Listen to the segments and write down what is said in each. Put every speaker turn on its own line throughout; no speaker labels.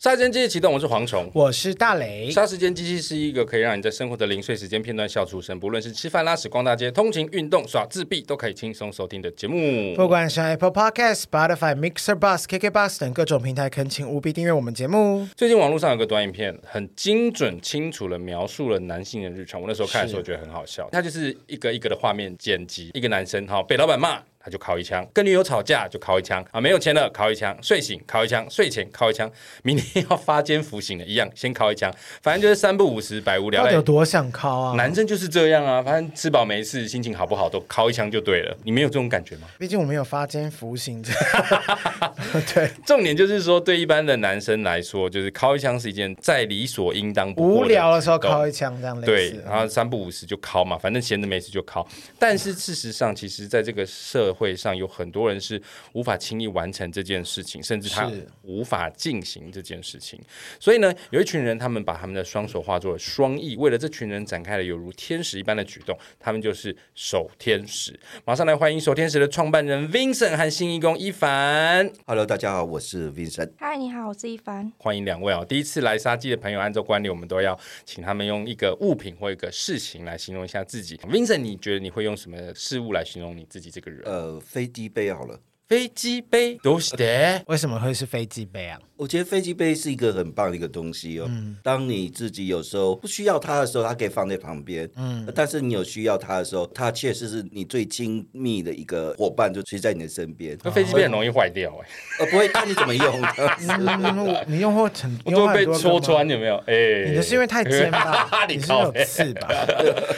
杀时间机器启动，我是蝗虫。
我是大雷，
杀时间机器是一个可以让你在生活的零碎时间片段笑出声，不论是吃饭、拉屎、逛大街、通勤、运动、耍自闭，都可以轻松收听的节目。
不管是 Apple Podcast、Spotify、Mixer、Bus、KK Bus 等各种平台，恳请务必订阅我们节目。
最近网络上有个短影片，很精准清楚的描述了男性的日常。我那时候看的时候觉得很好笑，他就是一个一个的画面剪辑，一个男生哈被老板骂。他就敲一枪，跟女友吵架就敲一枪啊，没有钱了敲一枪，睡醒敲一枪，睡前敲一枪，明天要发监服刑了，一样先敲一枪，反正就是三不五时，百无聊
到底有
赖。
多想靠啊？
男生就是这样啊，反正吃饱没事，心情好不好都敲一枪就对了。你没有这种感觉吗？
毕竟我们有发间服 刑这，对，
重点就是说，对一般的男生来说，就是敲一枪是一件再理所应当不过
无聊的时候
举动
敲一枪这样类
对
似，。嗯
然后三不五时就敲嘛，反正闲着没事就敲。但是事实上，其实在这个社会上，有很多人是无法轻易完成这件事情，甚至他
是
无法进行这件事情。所以呢，有一群人，他们把他们的双手化作双翼，为了这群人展开了有如天使一般的举动，他们就是守天使。马上来欢迎守天使的创办人 Vincent 和新义工一凡。
Hello，大家好，我是 Vincent。
嗨，哎你好，我是一凡。
欢迎两位哦！第一次来杀鸡的朋友，按照惯例，我们都要请他们用一个物品或一个事情来形容一下自己。Vincent，你觉得你会用什么事物来形容你自己这个人？
呃，飞机杯好了，
飞机杯都是的。
为什么会是飞机 杯啊？
我觉得飞机杯是一个很棒的一个东西哦。
嗯
当你自己有时候不需要它的时候，它可以放在旁边。嗯，但是你有需要它的时候，它确实是你最亲密的一个伙伴，就随在你的身边。
那飞机杯很容易坏掉哎、
哦
呃，不会看你怎么用的。
嗯我你用过很，
我
你
都
用过
会
啊很
被
多
戳
个吗
穿，。有没有？哎、？
你的是因为太尖吧
你
你是
靠
有
背
刺 吧？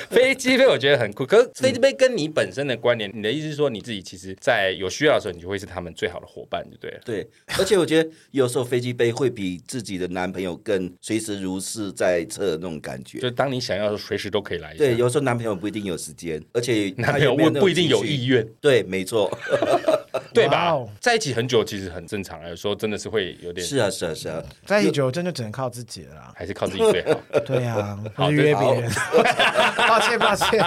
飞机杯我觉得很酷，可是飞机杯跟你本身的关联，你的意思是说你自己其实在有需要的时候，你就会是他们最好的伙伴，就对了。
对，而且我觉得有时候飞机杯会比自己的男朋友更随时如是在侧那种感觉。
就当你想要的时候，随时都可以来一下。
对，有时候男朋友不一定有时间，而且
男朋友不不一定有意
义。
愿。
对，没错，
对吧
哇哦
在一起很久其实很正常，有时候真的是会有点，
是啊，是啊，是啊。
在一起久，真就只能靠自己了啦。
还是靠自己最 好。
对呀，
好
不是约别人。 抱歉，抱 歉。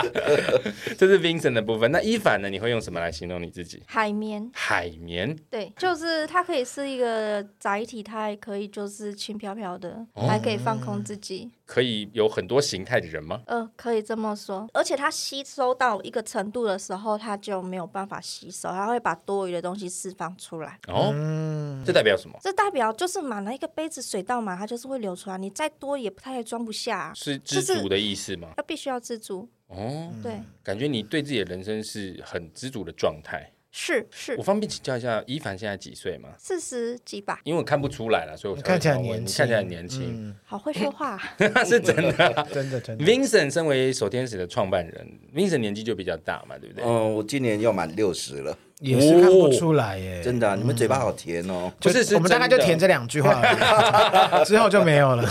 这是 Vincent 的部分。那伊凡呢？你会用什么来形容你自己？
海绵，
海绵
对，就是它可以是一个载体，它还可以就是轻飘飘的，
哦
还可以放空自己。
可以有很多形态的人吗？
呃，可以这么说。而且它吸收到一个程度的时候，它就没有办法吸收，它会把多余的东西释放出来。
哦，
嗯，
这代表什么？
这代表就是满了一个杯子水到满，它就是会流出来，你再多也不太装不下、啊。
是知足的意思吗？
要必须要知足，
哦，
对，
感觉你对自己的人生是很知足的状态。
是
嗯
是
我，方便请教一下，伊凡现在几岁吗？
四十几吧，
因为我看不出来了，所以我才
看起来
会想问
年
你
轻，
看起来很年轻，
嗯，
好会说话啊、
是真的啊。
真的真的。
Vincent 身为守天使的创办人，Vincent 年纪就比较大嘛，对不对？
嗯，我今年要满六十了，
也是看不出来耶，
真的啊、你们嘴巴好甜哦。
不是
就是我们大概就
真的
填这两句话而 已，之后就没有了。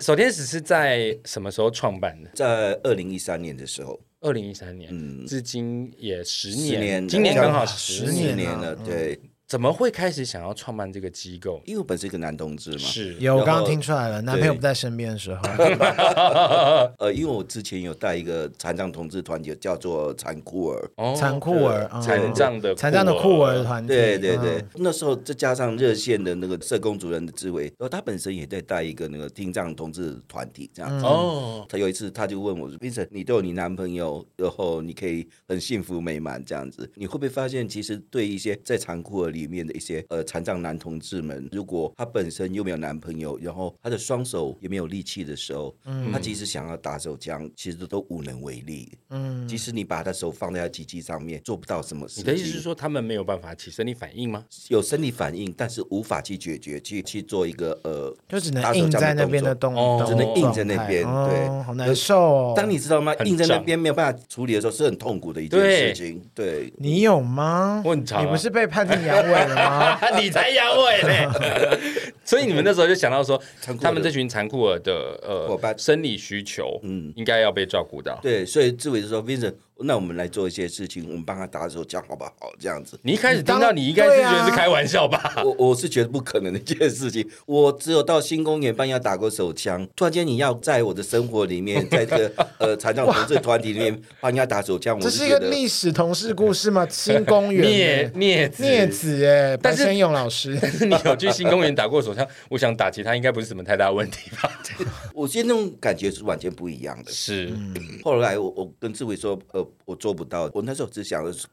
守天使是在什么时候创办的？
在二零一三年的时候，
二零一三年，
嗯
至今也十
十年了，
今年刚好十
十
年，
年
年啊
了。
嗯
对，
怎么会开始想要创办这个机构？
因为我本是一个男同志嘛，
是
有，我刚刚
然后
听出来了，男朋友不在身边的时候，
呃，因为我之前有带一个残障同志团体，叫做残酷儿。
哦
残酷儿，嗯
残障的
残障的酷儿团体，
对对对，
嗯，
那时候再加上热线的那个社工主任的智慧，然后他本身也在带一个那个听障同志团体这样子。
哦，
他有一次他就问我，Vincent，你都有你男朋友，然后你可以很幸福美满这样子，你会不会发现其实对一些在残酷的里里面的一些呃残障男同志们，如果他本身又没有男朋友，然后他的双手也没有力气的时候，
嗯
他即使想要打手枪，其实都无能为力。嗯，即使你把他手放在他鸡鸡上面，做不到什么事
你
情。
的意思是说他们没有办法起生理反应吗？
有生理反应，但是无法去解决，去去做一个呃，
就只能
打手
硬
枪
在那
动
边的
作
动，
哦
动
只能
硬在那边
状态
对
哦好难受哦。
当你知道吗？
很
硬在那
胀
边没有办法处理的时候，是很痛苦的一件
对
事情。对，
你有吗？
我很长啊
你不是被判定阳痿了吗？
你才阳痿嘞！ 所以你们那时候就想到说
残，酷儿
他们这群残酷儿的呃
伙伴
生理需求，嗯，应该要被照顾到。
对，所以志伟就说：“Vincent，那我们来做一些事情，我们帮他打手枪，好不好？”这样子，
你一开始
当
听到，你应该是
对
觉
啊
得是开玩笑吧？
我我是觉得不可能的一件事情。我只有到新公园帮人家打过手枪，突然间你要在我的生活里面，在这 个呃残障同志团体里面帮人家打手枪，我
这
是
是一
觉
个
得
历史同事故事吗？新公园
孽
欸
孽子
聂子哎，白
但是
先勇老师，
你有去新公园打过手枪？ 我想打其他应该不是什么太大问题 吧？
我现在那种感觉是完全不一样的。
是，
后来我我跟志伟说，呃，我做不到。我那时候只想着是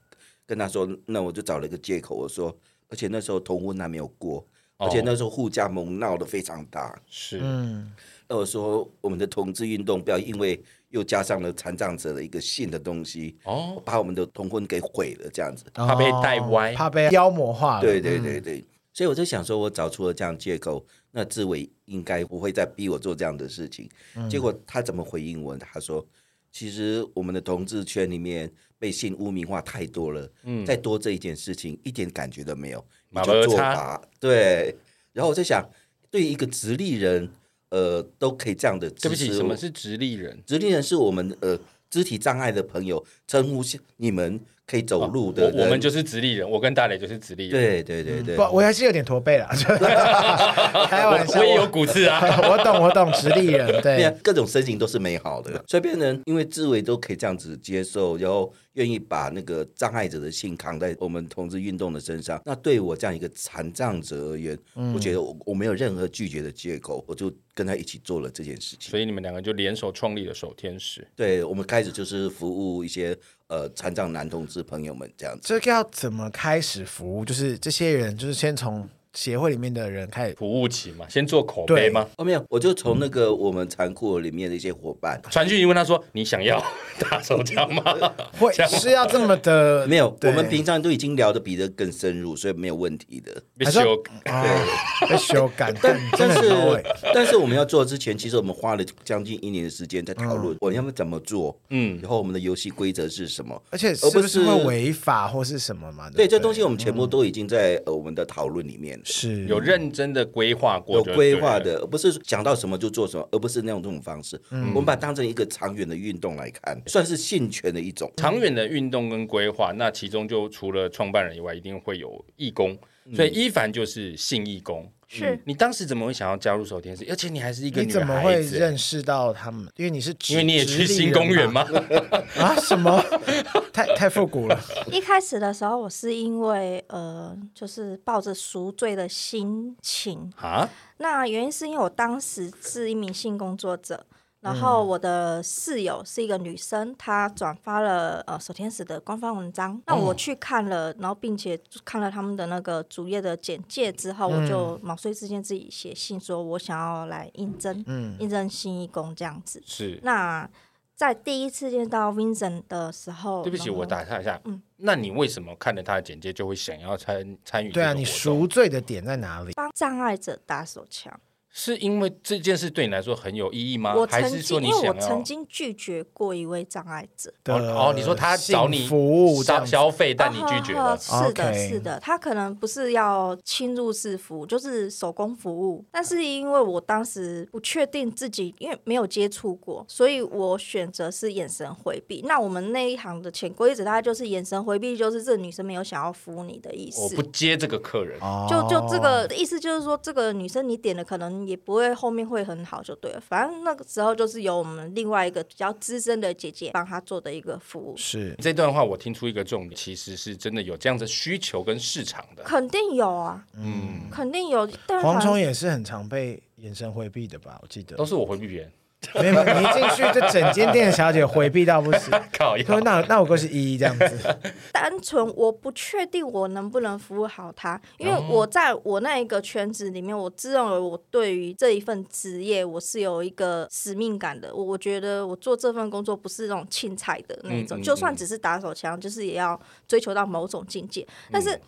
跟他说，那我就找了一个借口，我说，而且那时候同婚还没有过，而且那时候护家盟闹得非常大。
是，
嗯，
那我说，我们的同志运动不要因为又加上了残障者的一个性的东西，
哦，
把我们的同婚给毁了这样子。
怕被带歪
哦怕被妖魔化了。嗯
对
嗯
对对对，所以我就想说，我找出了这样借口，那志伟应该不会再逼我做这样的事情。
嗯
结果他怎么回应我？他说：“其实我们的同志圈里面被性污名化太多了，再多这一件事情一点感觉都没有，你
嗯马
就
儿
做
擦
吧。”对，然后我在想，对于一个直立人，呃，都可以这样的支
对
持
不起，什
我
么是直立人？
直立人是我们呃肢体障碍的朋友称呼是你们可以走路的
哦我
人，
我们就是嗯直立人，我跟大磊就是直立人。
对对对对，
不，我还是有点驼 背了，开玩
我
笑，
我也有骨刺啊。
我 懂我懂，直立人
对
对
啊，各种身形都是美好的，所以变成因为志伟都可以这样子接受，然后愿意把那个障碍者的性扛在我们同志运动的身上。那对我这样一个残障者而言，我觉得我我没有任何拒绝的借口，我就跟他一起做了这件事情。
所以你们两个就联手创立了守天使。
对我们开始就是服务一些呃残障男同志朋友们这样子。
这个要怎么开始服务？就是这些人，就是先从协会里面的人开始。
服务期嘛，先做口碑吗？
哦，没有，我就从那个我们残酷里面的一些伙伴，
传讯你问他说：“你想要 打手枪吗
会是要这么的
没有，
对
我们平常都已经聊得比这更深入，所以没有问题的。？”
被
还是要
羞
啊被修改，
但
干真
但
的很到
是
位。
但是我们要做之前，其实我们花了将近一年的时间在讨论我们要不要怎么做，嗯，然后我们的游戏规则是什么。
而且
而
是
不
不是
是
会违法或是什么嘛？
对，
不
这东西我们全部都已经在呃我们的讨论里面了
是
有认真的规划过
有
就对了，
规划的，而不是想到什么就做什么，而不是那种这种方式。我们把它当成一个长远的运动来看，算是性权的一种。
长远的运动跟规划。那其中就除了创办人以外，一定会有义工，
嗯
所以一凡就是性义工。
是
你当时怎么会想要加入守天使？而且你还是一个
你
女
怎么会
孩子，
认识到他们？因为你是直
因为你也去
直立
新
人
公园
嘛
吗？
啊？什么？太太复古了。
一开始的时候，我是因为呃，就是抱着赎罪的心情。
啊，
那原因是因为我当时是一名性工作者，然后
嗯
我的室友是一个女生，她转发了呃守天使的官方文章。那
哦
我去看了，然后并且看了他们的那个主页的简介之后，我
嗯
就毛遂自荐自己写信说，我想要来应征，
嗯
应征新义工这样子。
是
那在第一次见到 Vincent 的时候，
对不起，
然后
我打岔一下。
嗯
那你为什么看了他的简介就会想要参参与这
对
个活动？
啊，你赎罪的点在哪里？
帮障碍者打手枪。
是因为这件事对你来说很有意义吗？
我
还
曾
是说
经，
你
因
想
为
要？
我曾经拒绝过一位障碍者，
的
哦哦，你说他找你
性服务这
消
样子
消费，但你拒绝
啊呵呵
了。
是的
OK
是的，他可能不是要侵入式服务，就是手工服务。但
嗯
是因为我当时不确定自己，因为没有接触过，所以我选择是眼神回避。那我们那一行的潜规则，大概就是眼神回避，就是这个女生没有想要服务你的意思。
我不接这个客人，
哦
就就这个意思，就是说这个女生你点的可能也不会后面会很好，就对了。反正那个时候就是由我们另外一个比较资深的姐姐帮她做的一个服务，
是
这段话我听出一个重点，其实是真的有这样的需求跟市场的。
肯定有啊，
嗯，
肯定有。但
蝗虫
是
也是很常被眼神回避的吧？我记得
都是我回避别人，
没有，没有你一进去就整间店的小姐回避到不 行。
哎
靠
他
腰
说：“那那我过去一一这样子，
单纯我不确定我能不能服务好他，因
哦
为我在我那一个圈子里面，我自认为我对于这一份职业我是有一个使命感的。我我觉得我做这份工作不是那种轻彩的那种，
嗯嗯
就算只是打手枪，就是也要追求到某种境界。
嗯
但是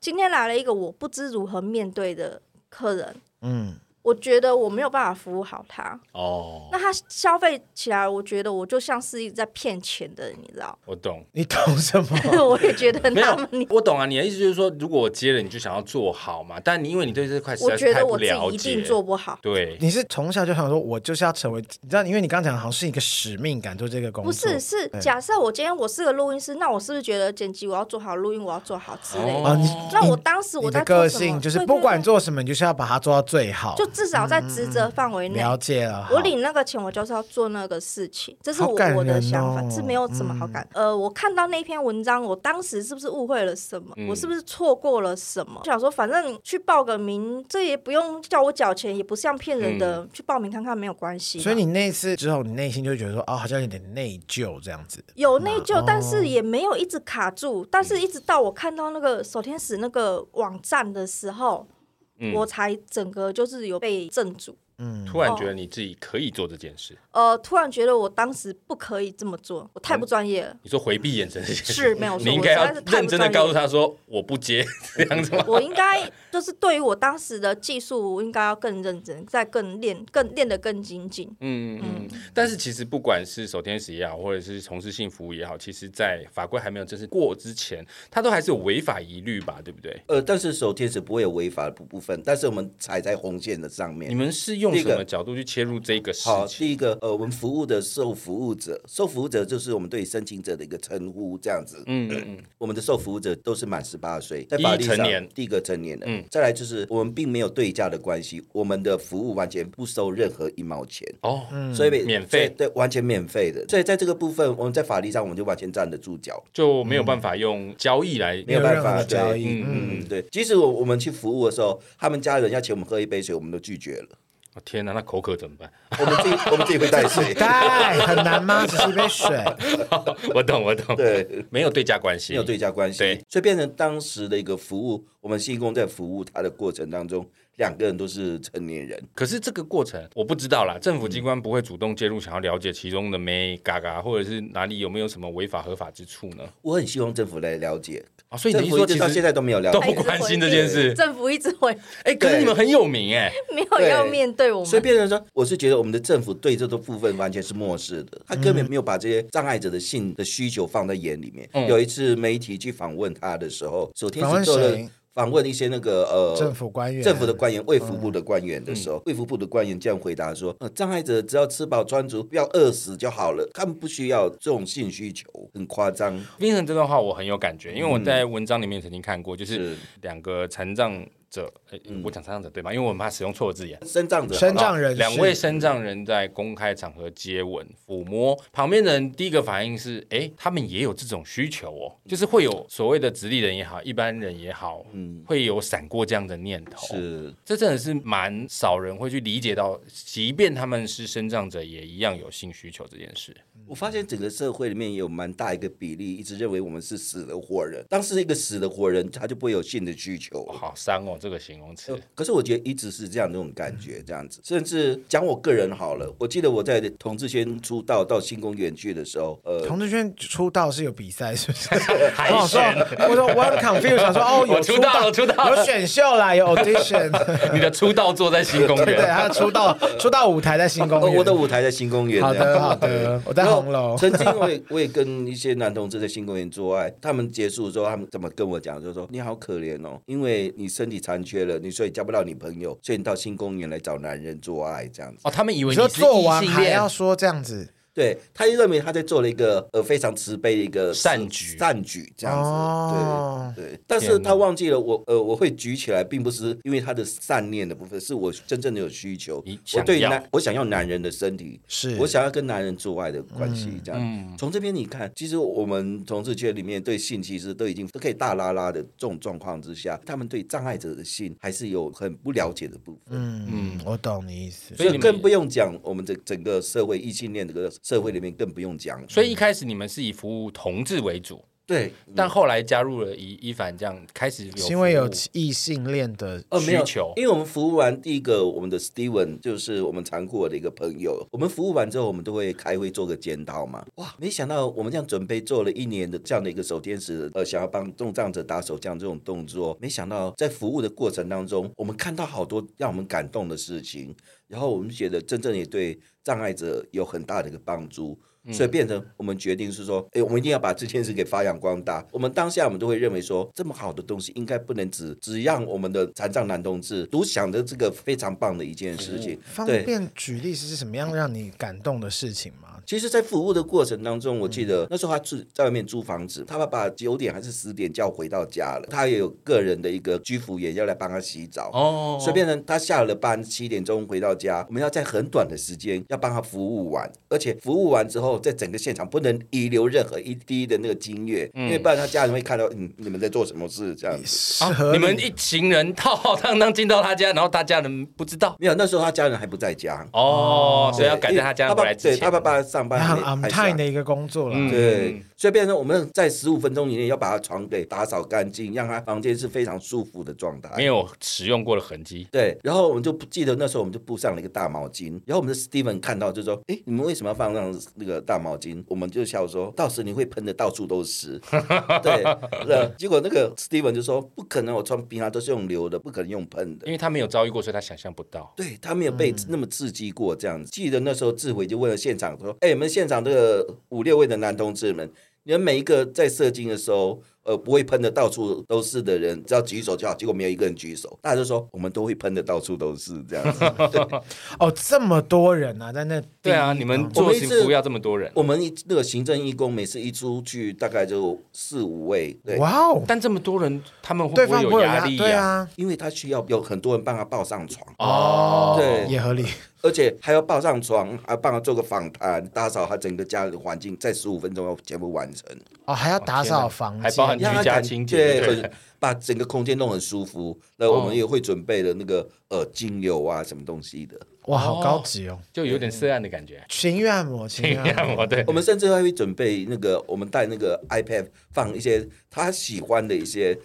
今天来了一个我不知如何面对的客人，
嗯，
我觉得我没有办法服务好他，
哦，
那他消费起来，我觉得我就像是一直在骗钱的人，你知道？
我懂。
你懂什么？
我也觉得很
没
纳闷。
有，我懂啊。你的意思就是说，如果我接了，你就想要做好嘛？但你因为你对这块实
我
在是
觉
太
得
不
我自
了
己一
解，
定做不好。
对，
你是从小就想说，我就是要成为，你知道，因为你刚刚讲的好像是一个使命感，做这个工
不
作，
是，是
嗯
假设我今天我是个录音师，那我是不是觉得剪辑我要做好，录音我要做好之类
哦
的？
啊？你
那我
你
当时我
你
在
的
做
个
什么
性就是
对
不
对
管
对
做什么，你就是要把它做到最好。
就至少在职责范围内。
嗯了解了，好
我领那个钱，我就是要做那个事情，这是
好
我
感
我的
人
想
哦
法，是没有什么好感。呃，我看到那篇文章，我当时是不是误会了什么？
嗯
我是不是错过了什么？想说反正去报个名，这也不用叫我缴钱，也不像骗人的，
嗯
去报名看看没有关系嘛。
所以你那次之后，你内心就会觉得说，哦，好像有点内疚这样 子。
有内疚，但
哦
是也没有一直卡住，但
嗯
是一直到我看到那个守天使那个网站的时候，
嗯，
我才整个就是有被镇住。
突然觉得你自己可以做这件事。
呃，突然觉得我当时不可以这么做，我太不专业了。
你说回避眼神这件 事，
是没有错
嗯你应该要
我实在是太
认
不
真
专
的
业
告诉他说我不接这样子吗？
我应该就是对于我当时的技术，我应该要更认真，再更练，更练得更精进。
嗯嗯，嗯，但是其实不管是守天使也好，或者是从事性服务也好，其实，在法规还没有正式过之前，它都还是有违法疑虑吧，对不对？
呃，但是守天使不会有违法的部部分，但是我们踩在红线的上面
你。们是用
第一
什
个
么角度去切入这个事
好，
情？
第一个，呃，我们服务的受服务者，受服务者就是我们对申请者的一个称呼，这样子。
嗯嗯嗯，
我们的受服务者都是满十八岁，在法律
一
上
成年
第一个成年人。
嗯
再来就是我们并没有对价的关系，我们的服务完全不收任何一毛钱。
哦，
所以
免费
对，对完全免费的。所以在这个部分，我们在法律上我们就完全站得住脚，
就没有办法用交易来
嗯
啊
没有办
任何
法
的交
对。
易，嗯，
嗯，对。即使我我们去服务的时候，他们家人要请我们喝一杯水，我们都拒绝了。
哦天哪，那口渴怎么办？
我们自己我们自己会带水。
但很难吗？只是一杯水，
我懂，我懂，
对，
没有对价关系，
没有对价关系
嗯对，
所以变成当时的一个服务，我们新工在服务他的过程当中，两个人都是成年人。
可是这个过程我不知道啦，政府机关不会主动介入，想要了解其中的没嘎嘎，或者是哪里有没有什么违法合法之处呢？
我很希望政府来了解，
啊，所以
政
你是
府一
说
直
其
到现
实
在都没有了
都
他一
不
解，
直
关
回
心
避
这件事
政府一直会
哎、可是
对
你们很有名哎、
没有要
对
面对我
所以
们。
变成说，我是觉得我们的政府对这个部分完全是漠视
嗯
的，他根本没有把这些障碍者的性的需求放在眼里面。
嗯
有一次媒体去访问他的时候，首天
访问
是做了
谁
访问一些那个呃
政府官员，
政府的官员、卫福部的官员的时候，卫福部的官员这样回答说：“呃，障碍者只要吃饱穿足，不要饿死就好了，他们不需要这种性需求，很夸张。
Vincent 这段话我很有感觉，因为
嗯
我在文章里面曾经看过，就是
是
两个残障者，诶
嗯
我讲残障者对吗？因为我很怕使用错字眼。
身障者，
身障人士，
啊两位身障人在公开场合接吻、抚摸，旁边的人第一个反应是：诶，他们也有这种需求哦，就是会有所谓的直立人也好，一般人也好，嗯，会有闪过这样的念头。，
是
这真的是蛮少人会去理解到，即便他们是身障者，也一样有性需求这件事。
我发现整个社会里面有蛮大一个比例一直认为我们是死的活人，当是一个死的活人，他就不会有性的需求
哦、。好伤哦，这个形容词。
可是我觉得一直是这样的那种感觉，这样子。甚至讲我个人好了，我记得我在同志圈出道到新公园去的时候，呃，
同志圈出道是有比赛，是不是？
海
我说，我说我很 confused，想说哦，有
我出道了出道了
有选秀啦，有 audition，
你的出道作在新公
对，啊
园，
他出道出道舞台在新公
呃
哦
园，
我的舞台在新公园。
好
这样
的好的，我在
然后
红楼，
曾经我也 我也跟一些男同志在新公园做爱，他们结束之后，他们怎么跟我讲，就说你好可怜哦，因为你身体残缺了，你所以交不到女朋友，所以你到新公园来找男人做爱这样子。
哦，他们以为
你
你
说
是
做完
异性
还
恋
要说这样子，
对，他就认为他在做了一个
嗯
呃非常慈悲的一个
善
慈
举
善举这样子，
哦
对对。但是
天哪
他忘记了我呃我会举起来，并不是因为他的善念的部分，是我真正的有需求
你。
我
想
对
要
男我想要男人的身体，
是嗯
我想要跟男人做爱的关系这
嗯
样。从这边你看，其实我们同志圈里面对性其实都已经都可以大拉拉的这种状况之下，他们对障碍者的性还是有很不了解的部分。
嗯，我懂你意思。
所以
所
你们
以更不用讲，我们这整个社会异性恋这个社会里面更不用讲。
所以一开始你们是以服务同志为主，
对，
但后来加入了一一凡这样，开始有
是因为有
服务
异性恋的
呃没有
需求
因为我们服务完第一个，我们的 Steven 就是我们常过的一个朋友。我们服务完之后，我们都会开会做个检讨嘛。哇，没想到我们这样准备做了一年的这样的一个手天使，呃，想要帮重障者打手枪这种动作，没想到在服务的过程当中，我们看到好多让我们感动的事情，然后我们觉得真正也对障碍者有很大的一个帮助。所以变成我们决定是说，哎、我们一定要把这件事给发扬光大。我们当下我们都会认为说，这么好的东西应该不能只只让我们的残障男同志独享的这个非常棒的一件事情。
方
对，
便举例是什么样让你感动的事情吗？
其实，在服务的过程当中，我记得
嗯
那时候他住在外面租房子，他爸爸九点还是十点就要回到家了，他也有个人的一个居服员要来帮他洗澡。
哦，
所以变成他下了班七点钟回到家，我们要在很短的时间要帮他服务完，而且服务完之后，在整个现场不能遗留任何一滴的那个精液，
嗯
因为不然他家人会看到嗯你们在做什么事这样子。
是
啊
合理
你们一行人浩浩荡荡进到他家，然后他家人不知道
没有，那时候他家人还不在家，
哦，所以
对
要赶在他家人回来之
对
前，
他爸爸上班还
很
没还
on
是
time 的一个工作了。
啊嗯
对，所以变成我们在十五分钟以内要把他床给打扫干净，让他房间是非常舒服的状态。
没有使用过的痕迹，
对，然后我们就不记得那时候我们就布上了一个大毛巾，然后我们的 Steven 看到就说：“哎，你们为什么要放上那个大毛巾？”我们就笑说：“到时你会喷的到处都 是。”对，呃，结果那个 Steven 就说：“不可能，我穿平常都是用流的，不可能用喷的
因。为他没有遭遇过，所以他想象不到”。
对他没有被那么刺激过这样子。记得那时候志伟就问了现场说：“哎，你们现场这个五六位的男同志们，你们每一个在射精的时候。”呃，不会喷的到处都是的人，只要举手就好。结果没有一个人举手，大家就说我们都会喷的到处都是这样子。对
哦，这么多人啊，在那
对啊，
第一
你
个
们
我
做
们一
幸
直
福要这么多人，
我们一那个行政义工每次一出去大概就四五位，对，
哇哦，
但这么多人，他们会
对
不会
方不会有
压
压
力
对
呀？
啊，
因为他需要有很多人帮他抱上床，
哦，
对
也合理。
而且还要抱上床，还帮他做个访谈，打扫他整个家里的环境，在十五分钟要全部完成，
哦，还要打扫房间，
还包含
让他
居家
感
清洁
对
对哦
很 把整个空间弄很舒服。那我们也会准备了那个呃精油啊，什么东西的。
哇，好高级哦！
就有点涉案的感觉。
情欲按摩，情欲
你
按
看
摩
我，对
我，们甚至还会准备那个，我们带那个 iPad 放一些他喜欢的一些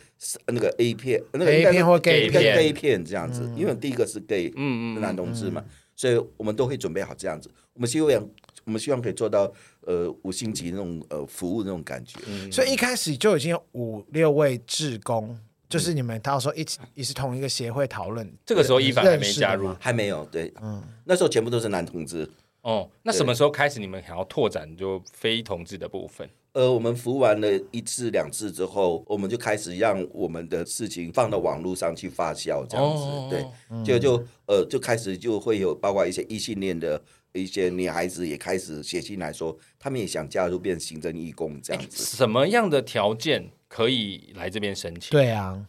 那个 A 片，那个应该
A
是
片或
gay
gay
跟
片
gay 片这样子，因为第一个是 gay，
嗯嗯嗯
男同志嘛，所以我们都会准备好这样子。我们希望，我们希望可以做到呃五星级那种呃服务那种感觉。
嗯
所以一开始就已经有五六位志工，就是你们到时候一起也是同一个协会讨论。
这个时候伊凡还没
认识
加
的
入
嘛，
还没有，对，
嗯
那时候全部都是男同志。
哦。那什么时候开始你们想要拓展就非同志的部分？
呃，我们服务完了一次两次之后，我们就开始让我们的事情放到网络上去发酵，这样子，
哦
对，就就呃，就开始就会有包括一些异性恋的一些女孩子也开始写信来说，她们也想加入变行政义工这样子。
什么样的条件可以来这边申请？
对啊，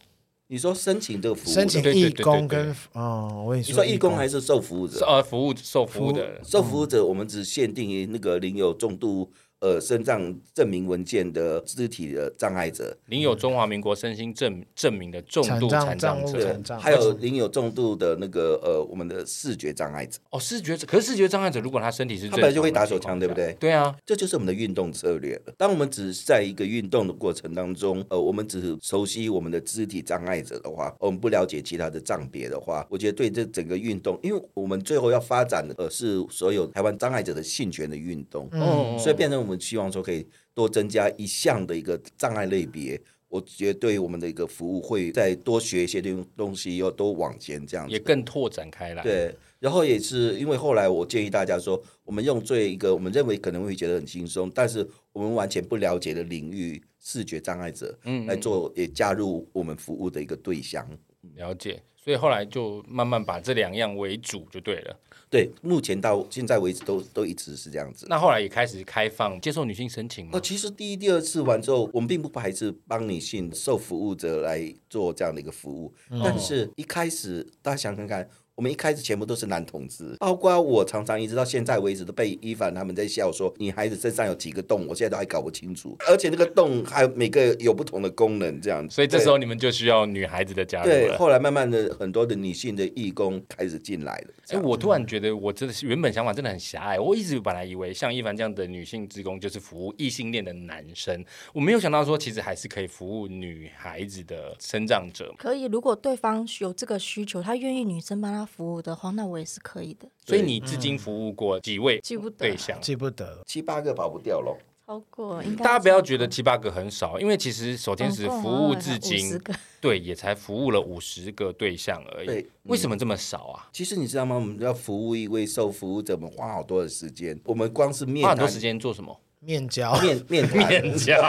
你说申请这个服务的，
申请
对对
义
对对
工
对
跟哦，我跟你
你说义工还
是
是受服务者？
呃，服务受服务的人，
受服务者，我们只限定于那个领有重度呃身障证明文件的肢体的障碍者，
领有中华民国身心证证明的重
残
度
障
残
障
障
物
者
残，障，
还有领有重度的那个呃我们的视觉障碍者。
哦，视觉，可是视觉障碍者，如果他身体是
他本来
正常
就会
的
打
情
手
况
枪对不
下
对
对啊，
这就是我们的运动策略了。当我们只是在一个运动的过程当中，呃，我们只熟悉我们的肢体障碍者的话，我们不了解其他的障别的话，我觉得对这整个运动，因为我们最后要发展的呃是所有台湾障碍者的性权的运动，
嗯
所以变成我们希望说可以多增加一项的一个障碍类别。我觉得对我们的一个服务会再多学一些东东西，要多往前这样子。
也更拓展开来。，
对，然后也是因为后来我建议大家说，我们用最一个我们认为可能会觉得很轻松，但是我们完全不了解的领域，视觉障碍者，嗯，来做也加入我们服务的一个对象。
了解。所以后来就慢慢把这两样为主就对了。
对，目前到现在为止都都一直是这样子。
那后来也开始开放接受女性申请吗
哦，？其实第一、第二次完之后，我们并不排斥帮女性受服务者来做这样的一个服务，
嗯
但是一开始大家想看看。我们一开始全部都是男同志，包括我常常一直到现在为止都被伊凡他们在笑说，女孩子身上有几个洞，我现在都还搞不清楚，而且那个洞还有每个有不同的功能，这样子。
所以这
对
时候你们就需要女孩子的加入
对，
了。
后来慢慢的很多的女性的义工开始进来了。这
哎，
样
我突然觉得我真的是原本想法真的很狭隘，我一直本来以为像一凡这样的女性职工就是服务异性恋的男生，我没有想到说其实还是可以服务女孩子的生长者。
可以，如果对方有这个需求，他愿意女生帮他服务的话，那我也是可以的，
所以你至今服务过几位
记不得
对象？
记不得了。
七八个跑不掉咯。
超过应该
大家不要觉得七八个很少，因为其实守天使
哦总共
服务
好像
至今
50，个
对，也才服务了五十个对象而已。
对嗯
为什么这么少啊？
其实你知道吗？我们要服务一位受服务者，我们花好多的时间。我们光是面
花
谈
很多时间做什么？
面交，
面面谈，
面 交。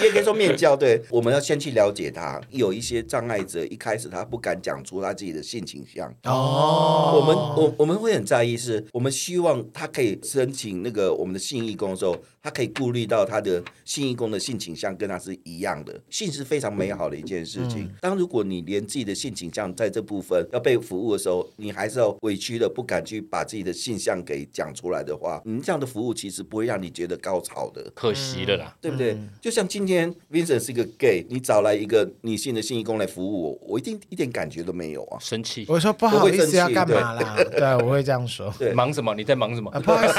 也也可以说面交。对，我们要先去了解他。有一些障碍者一开始他不敢讲出他自己的性倾向。
哦
我们我我们会很在意是，我们希望他可以申请那个我们的性义工的时候，他可以顾虑到他的性义工的性倾向跟他是一样的。性是非常美好的一件事情。当如果你连自己的性倾向在这部分要被服务的时候，你还是要委屈的，不敢去把自己的性向给讲出来的话，你这样的服务其实不会让你觉得高潮的。
可惜了啦。
对不对？就像今天 Vincent 是一个 gay，你找来一个女性的性义工来服务我，我一定一点感觉都没有啊。
生气，
我说不好意思要干嘛
我
啦？对，我会这样说。
对
忙什么？ 你在忙什么
啊，？不好意思，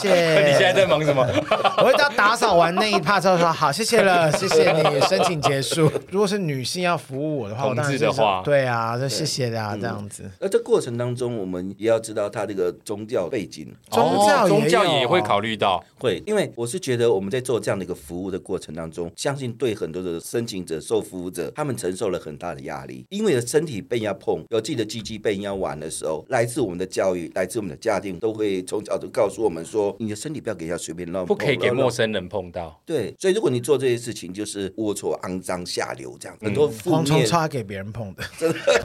谢 谢。
你现在在忙什么？
我会到打扫完那一趴之后说好，谢谢了，谢谢你，申请结 束。如果是女性要服务我的话，我
同
当然
志
是
的话
对啊，就谢谢的啊，
嗯
这样子。
那这过程当中，我们也要知道他这个宗教背景。
宗教
哦宗教
也
也
有啊
会考虑到，
会，因为我是觉得我们在做这样的一个服务的过程当中，相信对很多的申请者、受服务者，他们承受了很大的压力，因为身体被人家碰，有自己的鸡鸡被人家玩的时候，来自我们的教育，来自我们的家庭，都会从小就告诉我们说，你的身体不要给人家随便乱
不
碰，
可以给
乱碰
陌生人碰到。
对，所以如果你做这些事情，就是龌龊、肮脏、下流这样，很多负
蝗虫嗯
面。
差给别人 碰的，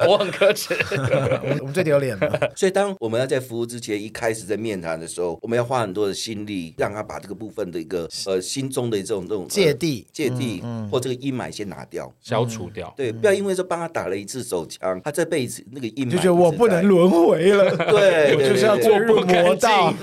我很可耻。
我们我们最丢脸了。
所以当我们要在服务之前，一开始在面谈的时候，我们要花很多的心力，让他把这个部分的一个呃心中的这种这种呃
芥蒂嗯
芥蒂、或这个阴霾先拿掉。
消除掉，
对，不要因为说帮他打了一次手枪，他这辈子那个阴霾
就觉得我不能
录，
轮回了，
嗯 对，
我就是要
对对
坠
对
入魔道。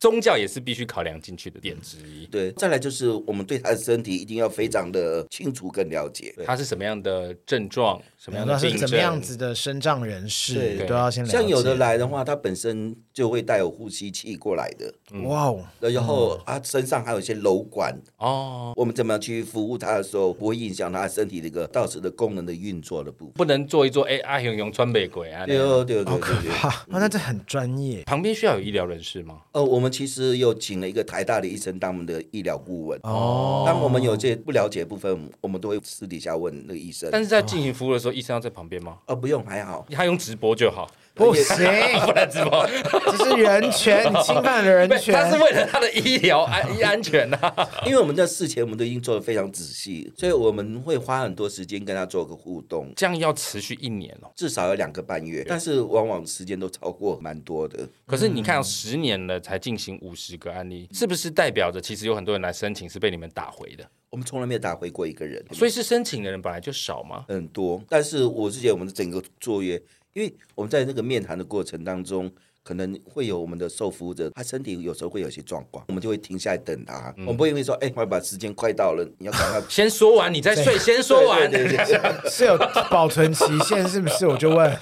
宗教也是必须考量进去的点之一。
对，再来就是我们对他的身体一定要非常的清楚跟了解。对
它是什么样的症状，什么样的
那
病
是
症，
怎么样子的身障人士
对
都要先了解。
像有的来的话，他本身就会带有呼吸器过来的，
哇哦，
然后他身上还有一些瘘管，
哦，
我们怎么样去服务他的时候，不会影响他身体的一个到时的功能的运作的部分。
不能做一做，哎，阿雄雄川北鬼啊。
对
那样
哦对哦对哦对哦对哦。
哇哇啊那这很专业。
旁边需要有医疗人士吗？
呃，我们其实有请了一个台大的医生当我们的医疗顾问。
哦
当我们有这些不了解的部分，我们都会私底下问那个医生。
但是在进行服务的时候，医生要在旁边吗？
呃，不用，还好。
他用直播就好，
不 行，
不然直播，
这是人权，你侵犯了人
不是 他是
权。
为了他的医疗安安全啊。
因为我们在事前我们都已经做的非常仔细，所以我们会花很多时间跟他做个互动，
这样要持续一年哦。
至少要两个半月，但是往往时间都超过蛮多的。
可是你
嗯
看，十年了才进行五十个案例，是不是代表着其实有很多人来申请是被你们打回的？
我们从来没有打回过一个人，
所
以
以是申请的人本来就少吗？
很多。但是我是觉得我们的整个作业，因为我们在那个面谈的过程当中。可能会有我们的受服务者，他身体有时候会有一些状况，我们就会停下来等他。
嗯
我们不会因为说，哎、快把时间快到了，你要赶快
先说完你再睡，先说完。
对对对
是有保存期限是不是？我就问，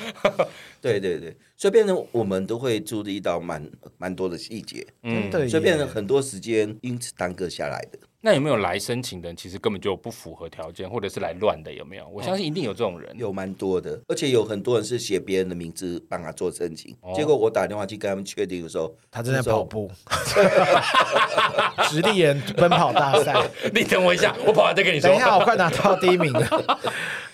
对对对，所以变成我们都会注意到蛮蛮多的细节，
真的耶
所以变成很多时间因此耽搁下来的。
那有没有来申请的人其实根本就不符合条件，或者是来乱的？有没有？我相信一定有这种人。
哦有蛮多的，而且有很多人是写别人的名字帮他做申请。
哦
结果我打电话去跟他们确定的时候，
他正在跑步， 直立人奔跑大赛。
你等我一下，我跑完再跟你说
等一。下，我快拿到第一名了。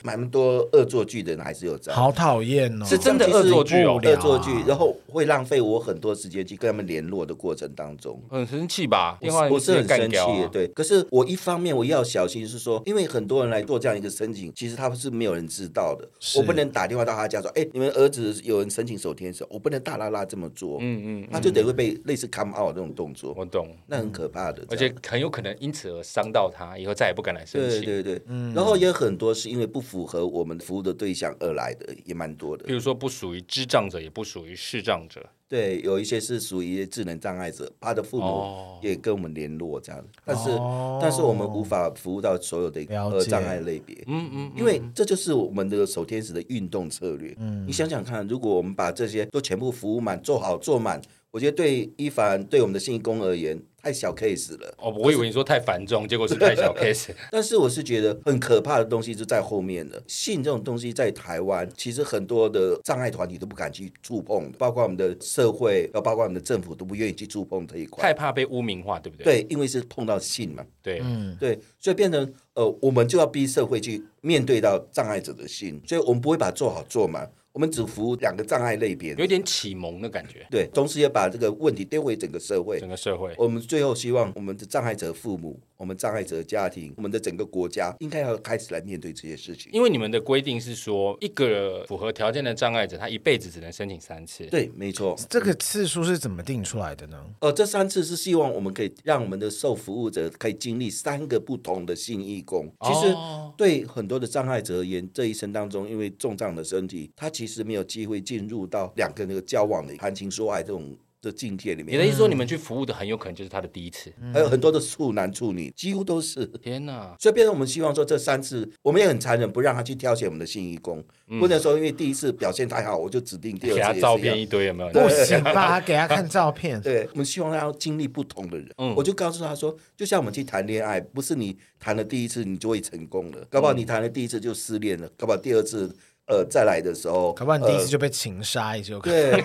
蛮多恶作剧的人还是有在。
好讨厌哦，
是真的恶作剧哦
无聊啊
恶作剧，然后会浪费我很多时间去跟他们联络的过程当中。
很生气吧？
我
电话
是我是很
直接
生
干
气
掉啊
的，对。可是我一方面我要小心，是说，因为很多人来做这样一个申请，其实他们是没有人知道的。我不能打电话到他家说，哎、你们儿子有人申请手天使，我不能大拉拉这么做，
嗯嗯，嗯
他就得会被类似 come out 这种动作，
我懂，
那很可怕的。
而
这样
且很有可能因此而伤到他，以后再也不敢来申
对
请。
对对，然后也有很多是因为不符合我们服务的对象而来的，也蛮多的
比。如说，不属于智障者，也不属于视障者，
对，有一些是属于智能障碍者，他的父母
哦
也跟我们联络这样，但是、
哦
但是我们无法服务到所有的
了
呃
解
障碍类别，
嗯嗯，
因为这就是我们的守天使的运动策略。
嗯
你想想看，如果我们把这些都全部服务满、做好、做满，我觉得对一凡对我们的信义工而言太小 case 了。
哦，我以为你说太繁重，结果是太小 case。
但是我是觉得很可怕的东西是在后面的。性这种东西在台湾，其实很多的障碍团体都不敢去触碰，包括我们的社会，呃，包括我们的政府都不愿意去触碰这一
害
块。
怕被污名化，对不对？
对，因为是碰到性嘛，
对，
嗯
对，所以变成呃，我们就要逼社会去面对到障碍者的性，所以我们不会把它做好做满，我们只服务两个障碍类别，
有一点启蒙的感觉，
对，同时也把这个问题丢回整个社会
整。个社会。
我们最后希望我们的障碍者父母、我们障碍者家庭、我们的整个国家，应该要开始来面对这些事情。
因为你们的规定是说，一个符合条件的障碍者，他一辈子只能申请三次。，
对，没错。
这个次数是怎么定出来的呢？
呃，这三次是希望我们可以让我们的受服务者可以经历三个不同的性义工。其实
嗯
哦
对很多的障碍者而言，这一生当中，因为重障的身体，他其实没有机会进入到两个人的交往的谈情说爱这种的境界里
你的
面。
意思说，你们去服务的很有可能就是他的第一次。
还有很多的处男处女，几乎都是。
天哪，
所以，变成我们希望说，这三次我们也很残忍，不让他去挑选我们的性义工，不能说因为第一次表现太好，我就指定第
嗯给他
二次也是一
照片
样
一堆，有没有？
不行吧，给他看照片。
对，我们希望他要经历不同的人。
嗯
我就告诉他说，就像我们去谈恋爱，不是你谈了第一次你就会成功
嗯
了，搞不好你谈了第一次就失恋了，搞不好第二次呃再来的时候，
搞不好你第一次
呃
就被情杀，也是有可 能。
对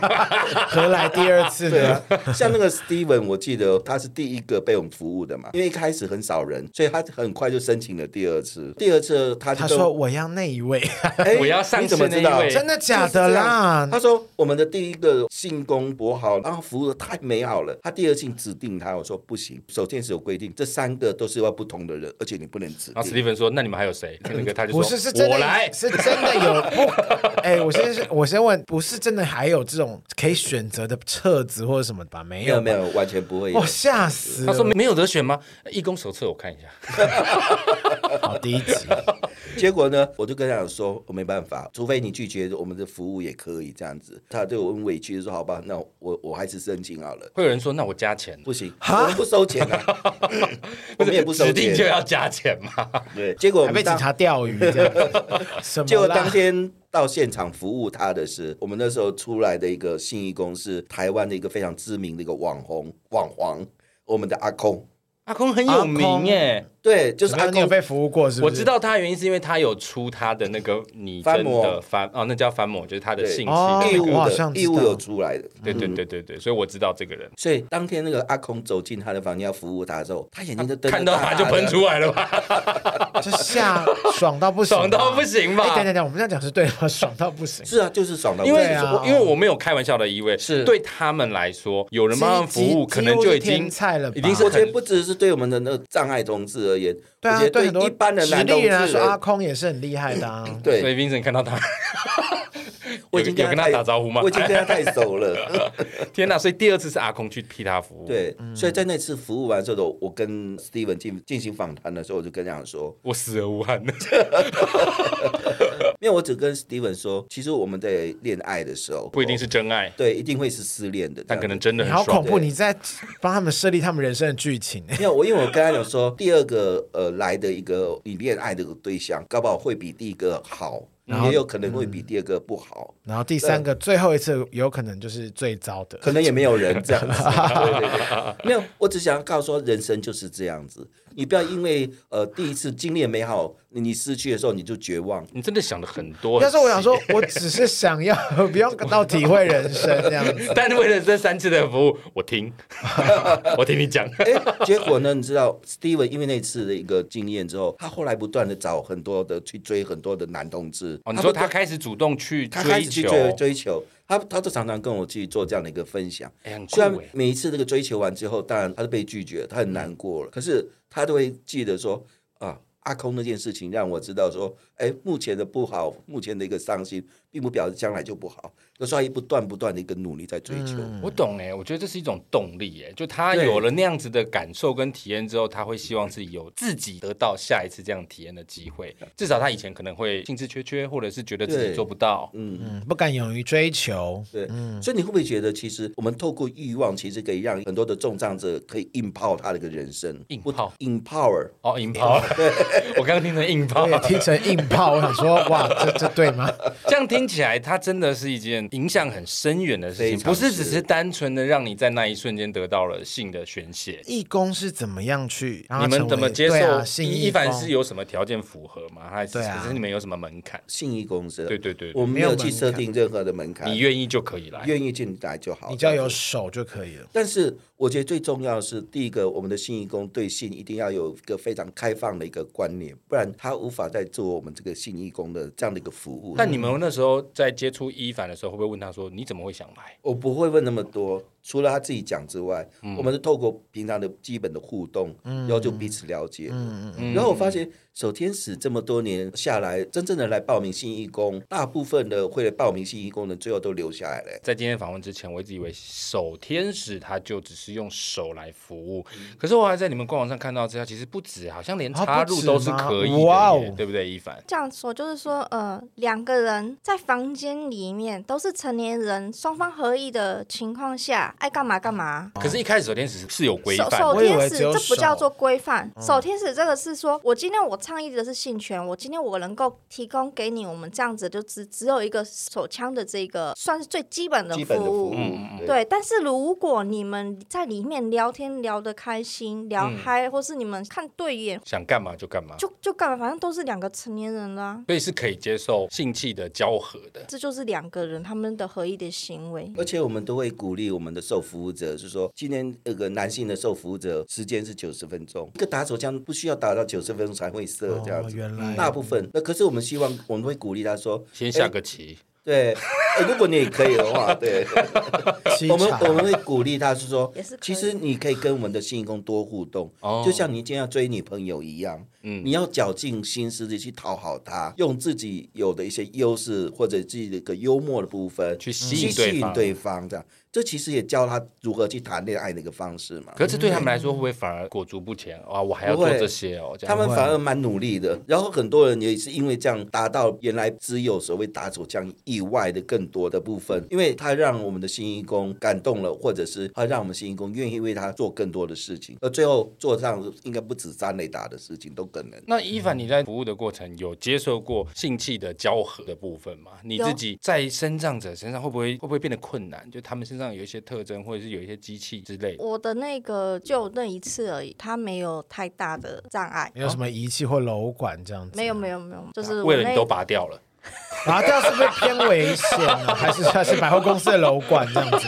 何来第二次
对
呢
啊？，像那个 Steven，我记得他是第一个被我们服务的嘛，因为一开始很少人，所以他很快就申请了第二次。第二次他
他
就跟
说我要那一位，
哎
我要上
你怎么
次那
知道
一？位
真的假的啦？
他说我们的第一个性工博好，然后服务的太美好了。他第二性指定他，我说不行，首先是有规定，这三个都是要不同的人，而且你不能指
然后史
定。
蒂芬说：“那你们还有谁？”那个他就说：“
不是，是真的，
我来。
是真的有不？哎，我先是我先问，不是真的还有这种可以选择的册子或者什么吧？没
没有
有
没，有，完全不会有
我。吓死”了！
他说：“没有得选吗？”义工手册我看一下。
好第一 集，
结果呢，我就跟他讲说，我没办法，除非你拒绝我们的服务也可以这样子。他对我很委屈，说好吧，那我我还是申请好了。
会有人说：“那我加钱。
不行，我们不收钱啊，我们也不收
指定就
钱。
要加钱嘛。
对，结果我
还被
们
警
当
察钓鱼， 这样什
结
么
果
啦？
当天到现场服务他的是我们那时候出来的一个信义公是台湾的一个非常知名的一个网红网黄，我们的阿空，”
阿空很有名耶，
对，就是
怎么
阿
样你有
空。
被服务过是不
我
是？
知道他的原因是因为他有出他的那个拟
翻
真
模
的翻哦，那叫翻模，就是他的
对
信息
哦
的
义
那个
务
我好
的
像知道
义务有出来的，
对对对对对，所以我知道这个人。
所以当天那个阿空走进他的房间要服务他的时候，他眼睛就瞪得
看到
大
他
大
就
的
喷，出来了吧，
这下爽到不行，
爽到不。行
哎，
吧
等？等等，我们这样讲是对吗？爽到不行。
是啊，就是爽到不
因
行，
为
对啊
我因为我没有开玩笑的意味，
是
对他们来说，有 人帮他们服
几
务，
几
可能就已
几乎是
经
天菜了吧
已经
我
是
觉得
很
不只是对我们的那个障碍同志而言，
对
我
啊
觉，
对
得
很多
一般的
直
男同
立
志
人来说，阿
而
空也是很厉害 的啊。
对
所以 Vincent 看到他，
我已经
有有跟他
太
打招呼吗
我已经跟他太 熟了。
天哪！所以第二次是阿空去替他服务。，
对，所以在那次服务完之后，我我跟 Steven 进进行访谈的时候，我就跟他讲说，
我死而无憾。
因为我只跟 Steven 说，其实我们在恋爱的时候
不一定是真爱，
对，一定会是失恋的，
但可能真的
你
很
好恐
爽。
怖！
对
你在帮他们设立他们人生的剧情。
没有我，因为我跟他讲说，第二个呃来的一个你恋爱的对象，搞不好会比第一个好，也有可能会比第二个不好，
嗯
然后第三个，最后一次有可能就是最糟的。
可能也没有人这样子。对对对，没有，我只想要告诉说，人生就是这样子。你不要因为呃第一次经历的美好，你失去的时候你就绝望。
你真的想的很多。
要是我想说
很细，
我只是想要 不用到体会人生这样 子。
但为了这三次的服务，我听， 我听你讲。
哎，结果呢？你知道，Steven 因为那次的一个经验之后，他后来不断的找很多的去追很多的男同志。
哦，你说
不
他开始主动去
他开
追
始去
求，
追追求，他他就常常跟我去做这样的一个分享。
哎，很酷
虽然
哎。
每一次这个追求完之后，当然他是被拒绝，他很难过
嗯
了，可是他都会记得说啊。阿空那件事情让我知道说，哎，目前的不好，目前的一个伤心，并不表示将来就不好，有时候他也不断不断的一个努力在追求。
我懂哎、我觉得这是一种动力哎、就他
对
有了那样子的感受跟体验之后，他会希望自己有自己得到下一次这样体验的机 会。至少他以前可能会兴致缺缺，或者是觉得自己
对
做不到。
嗯，
嗯，不敢勇于追 求，
对，所以你会不会觉得，其实我们透过欲望，其实可以让很多的重障者可以硬泡他的一个人生，
硬泡
，empower。
哦，硬泡，我刚刚听成硬泡
我，也听成硬炮，我想说，哇，这这对 吗？
这样听起来，它真的是一件影响很深远的事情，
非常
不是只
是
是单纯的让你在那一瞬间得到了性的宣泄。
义工是怎么样去让
你
他成为？
们怎么接受
对啊、信
一
义
一凡
工
是有什么条件符合吗？还是
对啊
可是你们有什么门槛？
信义公司，
对对对对
我们没有去设定任何的门槛，
你愿意就可以来。
愿意进来就好。
你只要
呃
有手就 可以了。
但是我觉得最重要的是，第一个，我们的信义工对性一定要有一个非常开放的一个观念，不然他无法再做我们这个信义工的这样的一个服务。
但你们那时候在接触一凡的时候，会不会问他说你怎么会想来？
我不会问那么多，除了他自己讲之外，
嗯
我们是透过平常的基本的互动，然后就彼此了解。
嗯
然后我发现守天使这么多年下来，真正的来报名信义工，大部分的会来报名信义工的，最后都留下来了。
在今天访问之前，我一直以为手天使他就只是用手来服务，可是我还在你们官网上看到资料，其实不止，好像连
啊
插
不
入
止
都是
吗
可以的耶，
哇哦
对不对？一凡，
这样说就是说，呃，两个人在房间里面都是成年人，双方合意的情况下，爱干嘛干嘛。
可
啊
是一开始手天使是有规
守
范的，
守
我以为
天使
只有
这不
手
叫做规范，守天使这个是说，我今天我倡议的是性权，我今天我能够提供给你，我们这样子就只只有一个手枪的这个算是最基本的
基本的服务，
嗯
对
对，但是如果你们在里面聊天聊得开心、聊
嗯
嗨，或是你们看对眼，
想干嘛就干嘛，
就就干嘛，反正都是两个成年人啦、
所以是可以接受性器的交合的。
这就是两个人他们的合意的行为。
而且我们都会鼓励我们的受服务者，是说今天那个男性的受服务者时间是九十分钟，一个打手枪不需要打到九十分钟才会射这样
哦
子。
原来
大部分，那可是我们希望我们会鼓励他说，
先下个棋，
对，呃如果你也可以的 话，对，
七
我们
啊
场
我们会鼓励他是说
也是，可
其
以
实你可以跟我们的性工多互动，
哦
就像你今天要追女朋友一样，
嗯
你要绞尽心思的去讨好她，用自己有的一些优势或者自己的一个幽默的部分
去吸
去
引
吸
对
引
方。
对方，这样，这其实也教他如何去谈恋爱的一个方式嘛。
可是对他们来
嗯
说，会不会反而裹足不前啊？我还要做这些哦，这
他
样
们反而蛮努力的，然后很多人也是因为这样达到原来只有所谓打手枪以外的更多的部分，因为他让我们的新义工感动了，或者是他让我们新义工愿意为他做更多的事情，而最后做上应该不止三类打的事情都可能。
那伊凡，你在服务的过程有接受过性器的交合的部分吗？你自己在身障者身上会不会会不会变得困难？就他们身上有一些特征，或者是有一些机器之类的。
我的那个就那一次而已，他没有太大的障碍，
没有什么仪器或楼管这样子，
没有没有没有，就是我
啊为了
那
你都拔掉了，
拔掉是不是偏危险呢、还是它是百货公司的楼管这样子？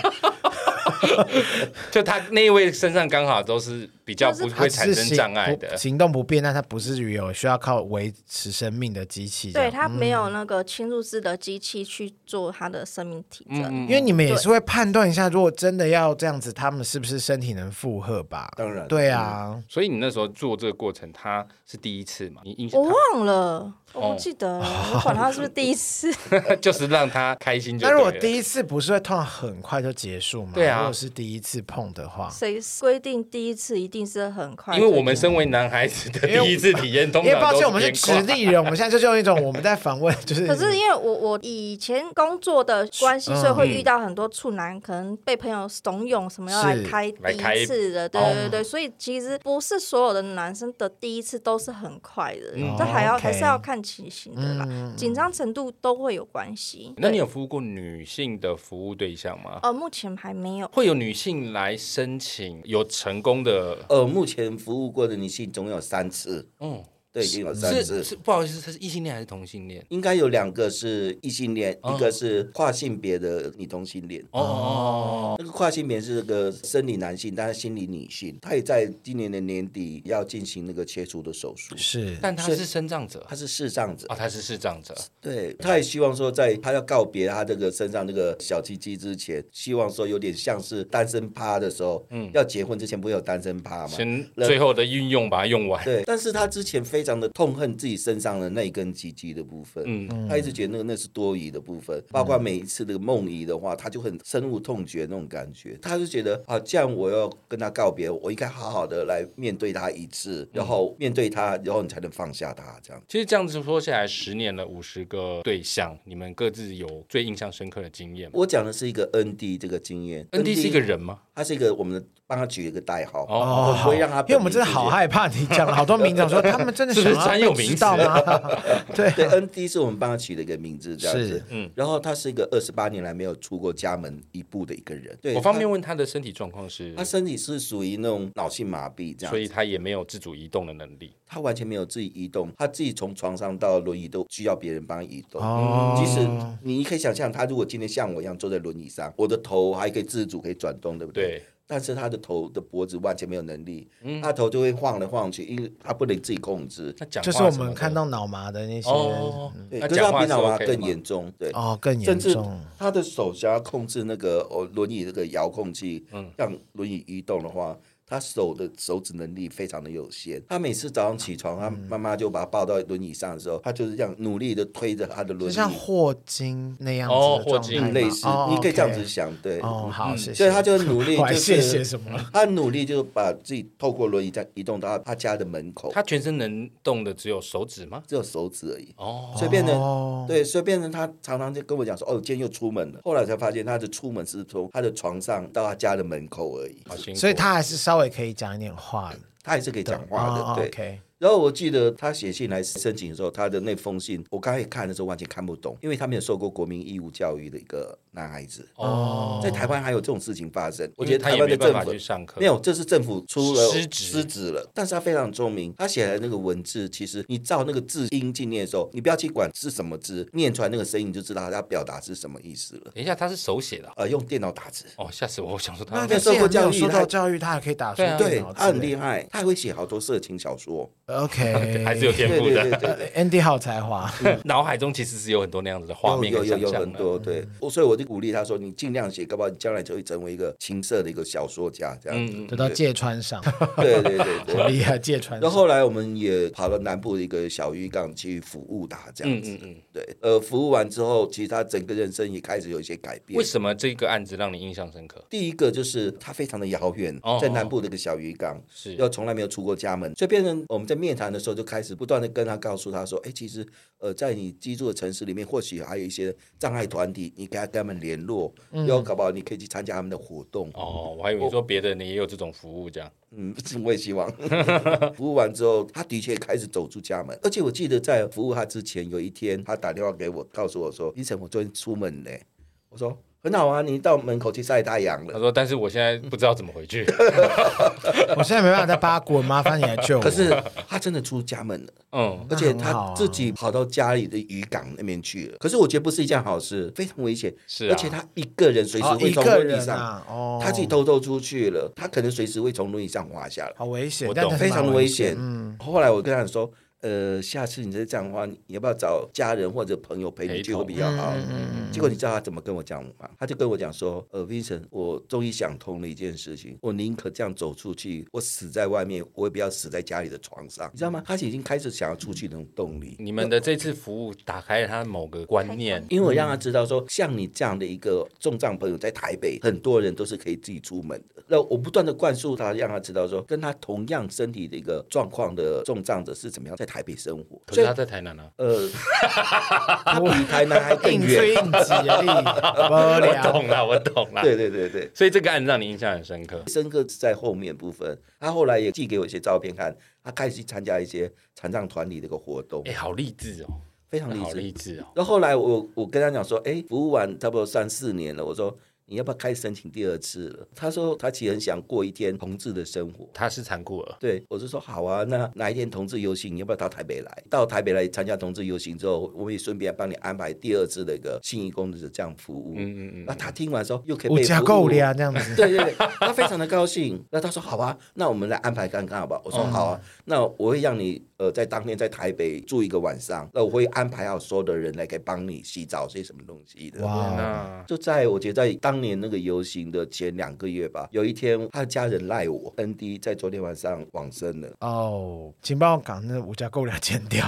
就他那一位身上刚好都是比较
就是
不
它
会
只
产
是
生
行
障碍的
不，行动不便，但它不是有需要靠维持生命的机器这
对
样。
他没
嗯
有那个侵入式的机器去做他的生命体征。
嗯
因为你们也是会判断一下，如果真的要这样子，他们是不是身体能负荷吧？
当然
对啊，
所以你那时候做这个过程，他是第一次嘛？你印象
我忘了，我
哦
不记 得了，我管他是不是第一次。
他 就是让他开心就
那
对了。
如果第一次不是会通常很快就结束吗？
对啊
如果是第一次碰的话，
谁规定第一次一定是很快？
因为我们身为男孩子的第一次体验，通
因为
常
抱
都
歉，我们是
偏
直
快
立人，我们现在就是用一种我们在访问，就是
可是因为我我以前工作的关系，
嗯
所以会遇到很多处男，可能被朋友怂恿什么要来
是
开
来开
第一次的，对
哦
对对，所以其实不是所有的男生的第一次都是很快的
嗯，
这还要
哦，OK
还是要看情形的啦，紧张程度都会有关系。
那你
对
有服务过女性的服务对象吗？
呃目前还没有，
会有女性来申请，有成功的，
呃，目前服务过的女性总有三次，
嗯，
对，已经有三
是
次。
是不好意思，她是异性恋还是同性恋？
应该有两个是异性恋，
哦
一个是跨性别的女同性恋。
哦哦，
那个跨性别是个生理男性，但是心理女性。他也在今年的年底要进行那个切除的手术。
是
但他是生长者
他是视障者
啊，，他是视障者，
对，他也希望说，在他要告别他这个身上那个小鸡鸡之前，希望说有点像是单身趴的时候，嗯，要结婚之前不是有单身趴吗？
先
那
最后的运用把它用完。
对，但是他之前非常的痛恨自己身上的那一根鸡鸡的部分，嗯，他一直觉得那个那是多余的部
嗯
分，包括每一次的梦遗的话，他就很深恶痛绝那种感觉，他就觉得啊，这样我要跟他告别，我应该好好的来面对他一次，
嗯
然后面对他，然后你才能放下他，这样
其实这样子说下来，十年了，五十个对象，你们各自有最印象深刻的经验吗
我讲的是一个 ND 这个经验
ND 是一个，人吗？
他是一个我们帮他取一个代号，
哦
我不会让他，
因为我们真的好。害怕你讲了好多名字，我说他们真 的
是不是
想要
专有
被
名
知
词啊
道吗？ 对
对，ND 是我们帮他取的一个名字，这样
是
子。嗯，然后他是一个二十八年来没有出过家门一步的一个人。对，
我方
他
便问他的身体状况是
他，身体是属于那种脑性麻痹这样，
所以他也没有自主移动的能力。
他完全没有自己移动，他自己从床上到轮椅都需要别人帮他移动。
哦
即使你可以想象，他如果今天像我一样坐在轮椅上，我的头还可以自主可以转动，对不对？
对，嗯
但是他的头的脖子完全没有能力，他头就会晃来晃去，因为他不能自己控制。
那讲话
就是我
什么
们
的
看到脑麻的那些嗯
哦，
对，
那
可是
讲
他
话
比
是
脑麻
OK 的
更
吗
严重，对。
哦更
甚
严
至
重，
他的手想要控制那个哦轮椅那个遥控器，
嗯
让轮椅移动的话，他手的手指能力非常的有限。他每次早上起
嗯
床，他妈妈就把他抱到轮椅上的时候，他就是这样努力的推着他的
就
轮
像
椅，
霍金那样子
哦
的
霍
状
金
态吗
类似，
哦
你可以这样子
OK
想，对。
哦，好，谢谢。
所以他就努力，
我还
就
谢
是
谢什么？
他努力就把自己透过轮椅再移动到他家的门口，
他全身能动的只有手指吗？
只有手指而已。
哦，
所以变
哦
成对，所以变成他常常就跟我讲说，哦，今天又出门了。后来才发现，他的出门是从他的床上到他家的门口而已，
好辛苦。
所以他还是稍微可以讲一点话的
他还是可以讲话的。
哦
对。
OK，
然后我记得他写信来申请的时候，他的那封信，我刚开始看的时候完全看不懂，因为他没有受过国民义务教育的一个男孩子。
哦，
在台湾还有这种事情发生，我
因
觉
为
得
他
台
也
湾
没
的
办
政
法
府
去上课。
没有，这是政府出了
失职
失职了，但是他非常聪明，他写的那个文字，其实你照那个字音去念的时候，你不要去管是什么字，念出来那个声音，你就知道他要表达是什么意思了。
等一下，他是手写的啊。
呃，用电脑打字，
哦，吓死我！我想说他
那
他
他
受
既
过
然没有
教育
受到
他
教育，他还可以打出
对啊
对
脑子
他很厉害，他还会写好多色情小说，
OK，呃
还是有天
对
赋
对对
的，
对对。
Andy 好才华，
脑海中其实是有很多那样子的 画
有
面可
有
以
有
想
有
象的嗯
很多对，我所以我就鼓励他说：“你尽量写，搞不好你将来就会成为一个情色的一个小说家，这样。”
嗯
得到芥川上，
对对对 对。
好厉害，芥川
然
赏。
后后来我们也跑到南部的一个小渔港去服务他，这样
嗯
子。
嗯嗯。
对，呃，服务完之后，其实他整个人生也开始有一些改变
为。什么这个案子让你印象深刻？
第一个就是他非常的遥远
哦，
在南部的一个小渔港，
是
又从来没有出过家门，所以变成我们在面谈的时候就开始不断的跟他告诉他说，哎，其实呃，在你居住的城市里面，或许还有一些障碍团体，你跟他跟他们联络，然后搞不好你可以去参加他们的活动。
哦，我还以为你说别的你也有这种服务这样。
嗯， 我也希望服务完之后，他的确开始走出家门。而且我记得在服务他之前，有一天他打电话给我，告诉我说：“医生，我昨天出门嘞。”我说：“很好啊，你到门口去晒太阳
他
了。
说，但是我现在不知道怎么回 去。
我现在没办法再八股，麻烦你来救”我。
可是他真的出家门了，
嗯，
而且
那很好
他
啊
自己跑到家里的渔港那边去了。可是我觉得不是一件好事，非常危险。
是啊
而且他一个人随时
哦，
会
一
从
个
轮椅
人
上，
啊，哦，
他自己偷偷出去了，他可能随时会从轮椅上滑下来。
好危险
我，
但
懂
是
非
蛮
常危
危
险。嗯，后来我跟他说，呃，下次你再这样的话，你要不要找家人或者朋友陪
陪
你去
同
会比较好？结果你知道他怎么跟我讲吗？他就跟我讲说，呃，Vincent，我终于想通了一件事情，我宁可这样走出去，我死在外面，我也不要死在家里的床上，你知道吗？他已经开始想要出去的那种动力。
你们的这次服务打开了他某个观念，
因为我
嗯
让他知道说，像你这样的一个重障朋友，在台北很多人都是可以自己出门的。那我不断的灌输他，让他知道说，跟他同样身体的一个状况的重障者是怎么样在台北生 活。
可
所
是
以
他，在台南啊。
呃，他比台南还更
硬追
远。
硬挤而已，无
我
聊。
懂了，我懂了。
啊对对对对，
所以这个案子让你印象很深刻。
深刻是在后 面部分。他后来也寄给我一些照片看，他开始去参加一些残障团体的一个活动
哎、，好励志哦，
非常励
好
志
励。志哦。
然后后来我我跟他讲说，哎，服务完差不多三四年了，我说你要不要开始申请第二次了？他说他其实很想过一天同志的生活。
他是残酷儿，
对，我就说好啊，那哪一天同志游行，你要不要到台北来？到台北来参加同志游行之后，我们也顺便帮你安排第二次的一个信义工作者这样服务。嗯嗯
啊
嗯。那他听完之后又可以
我
被
加
服务
够了啊，这样子。
对对对，他非常的高兴。那他说好啊，那我们来安排看看好不好？我说好
嗯
啊，那我会让你呃在当天在台北住一个晚上，那我会安排好所有的人来给帮你洗澡这些什么东西的。
哇
那
就在我觉得在当年那个游行的前两个月吧，有一天他的家人赖我，N D 在昨天晚上往生 了。
哦，请帮我把那我加够了剪 掉。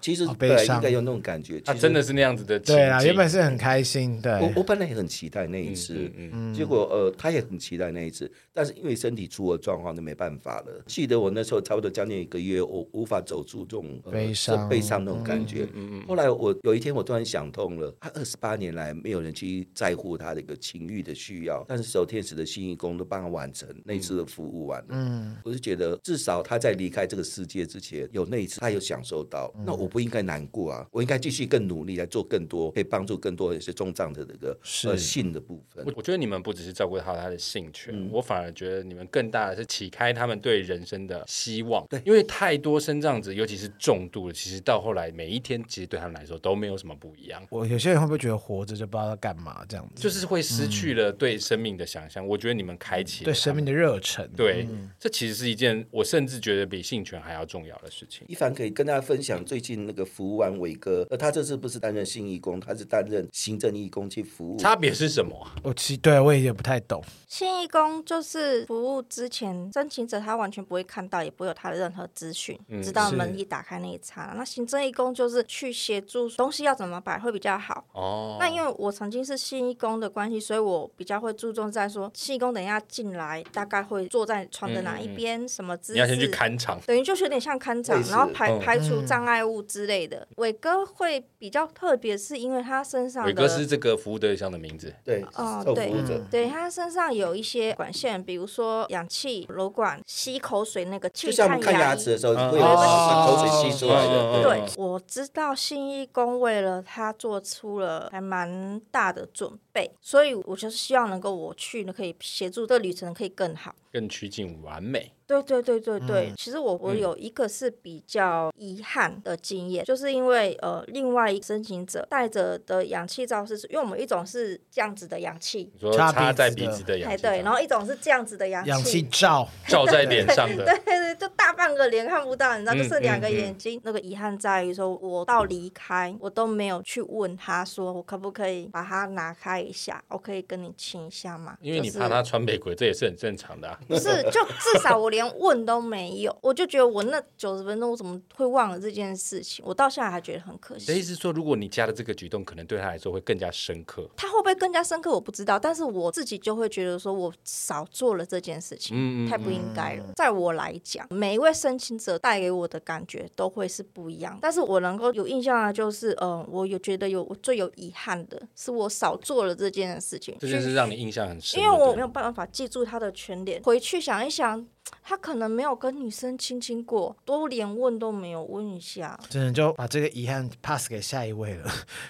其实
好悲
本来
伤啊
应该有那种感觉，
他
其实
啊真的是那样子的情景。
对啊，原本是很开心，
我
对
我本来也很期待那一
嗯
次，
嗯
结果呃，他也很期待那一次，但是因为身体出了状况，就没办法了。记得我那时候差不多将近一个月，我无法走出这种、呃
悲
是
伤嗯
悲伤那种感觉。后来我有一天我突然想通了，他二十八年来没有人去在乎他的一个情欲的需要，但是守天使的心意工都帮他完成那一次的服务完了。
嗯
我就觉得至少他在离开这个世界之前有那一次，他有享受到，
嗯
那我不应该难过啊，我应该继续更努力来做更多，可以帮助更多的一些重障的这个呃性的部分
我。我觉得你们不只是照顾到他的兴趣，啊我反而觉得你们更大的是启开他们对人生的希望。对，因为太多生障者，尤其是重度的，其实到后来每一天，其实对他们来说都没有什么不一样。
我有些人会不会觉得活着就不知道要干嘛这样子？
就是会失去了对生命的想象。我觉得你们开启了
对
他
生
们
命的热忱。
对，这其实是一件我甚至觉得比性权还要重要的事情。
一凡可以跟大家分享最近那个服务完伟哥，呃，他这次不是担任性义工，他是担任行政义工去服务。
差别是什么啊？
我其对我也不太懂。
新义工就是服务之前，申请者他完全不会看到，也不会有他的任何资讯，直到
是
门一打开那一刹那。那行政义工就是去协助东西要怎么摆会比较好。
哦，
那因为我曾经是信义工的关系，所以我比较会注重在说信义工等一下进来大概会坐在床的哪一边，什么姿势。
嗯你要先去看场，
等于就是有点像看场
类，似
然后排
嗯
排除障碍物之类的。伟哥会比较特别，是因为他身上
伟
的
哥是这个服务对象的名字。
对，
哦
受
对
服务者。
对他身上有一些管线，比如说氧气瘘管、吸口水那个
就
气
像我们看牙
仪
齿的时候
嗯
会有
哦
口水吸出来
嗯嗯嗯
的，
对，我知道信义工为了他做出了还蛮大的准备，所以我就是希望能够我去呢，可以协助这个旅程可以更好。嗯
更趋近完美。
对对对对对，其实我我有一个是比较遗憾的经验，就是因为呃，另外一个申请者带着的氧气罩是，因为我们一种是这样子的氧气，
你说
插
插在鼻
鼻子的
子的氧
哎
气，
对，然后一种是这样子的氧
氧气罩
照在脸上的，
对对，就大半个脸看不到，你知道，
嗯
就是两个眼睛。那个遗憾在于说，我到离开，我都没有去问他说，我可不可以把它拿开一下，我可以跟你亲一下吗？
因为你
就是
怕他穿北鬼，这也是很正常的啊。
不是，就至少我连问都没有，我就觉得我那九十分钟我怎么会忘了这件事情？我到现在还觉得很可
你的意
惜。
思是说，如果你加的这个举动，可能对他来说会更加深刻。
他会不会更加深刻，我不知道，但是我自己就会觉得说，我少做了这件事情。
嗯，嗯
太不应该了。在我来讲，每一位申请者带给我的感觉都会是不一样，但是我能够有印象的就是，嗯，我有觉得有我最有遗憾的是我少做了这件事情，
这件事让你印象很深
因
的，
为我
对
没有办法记住他的全脸，回去想一想。他可能没有跟女生亲亲过，都连问都没有问一下，
真的就把这个遗憾 pass 给下一位了，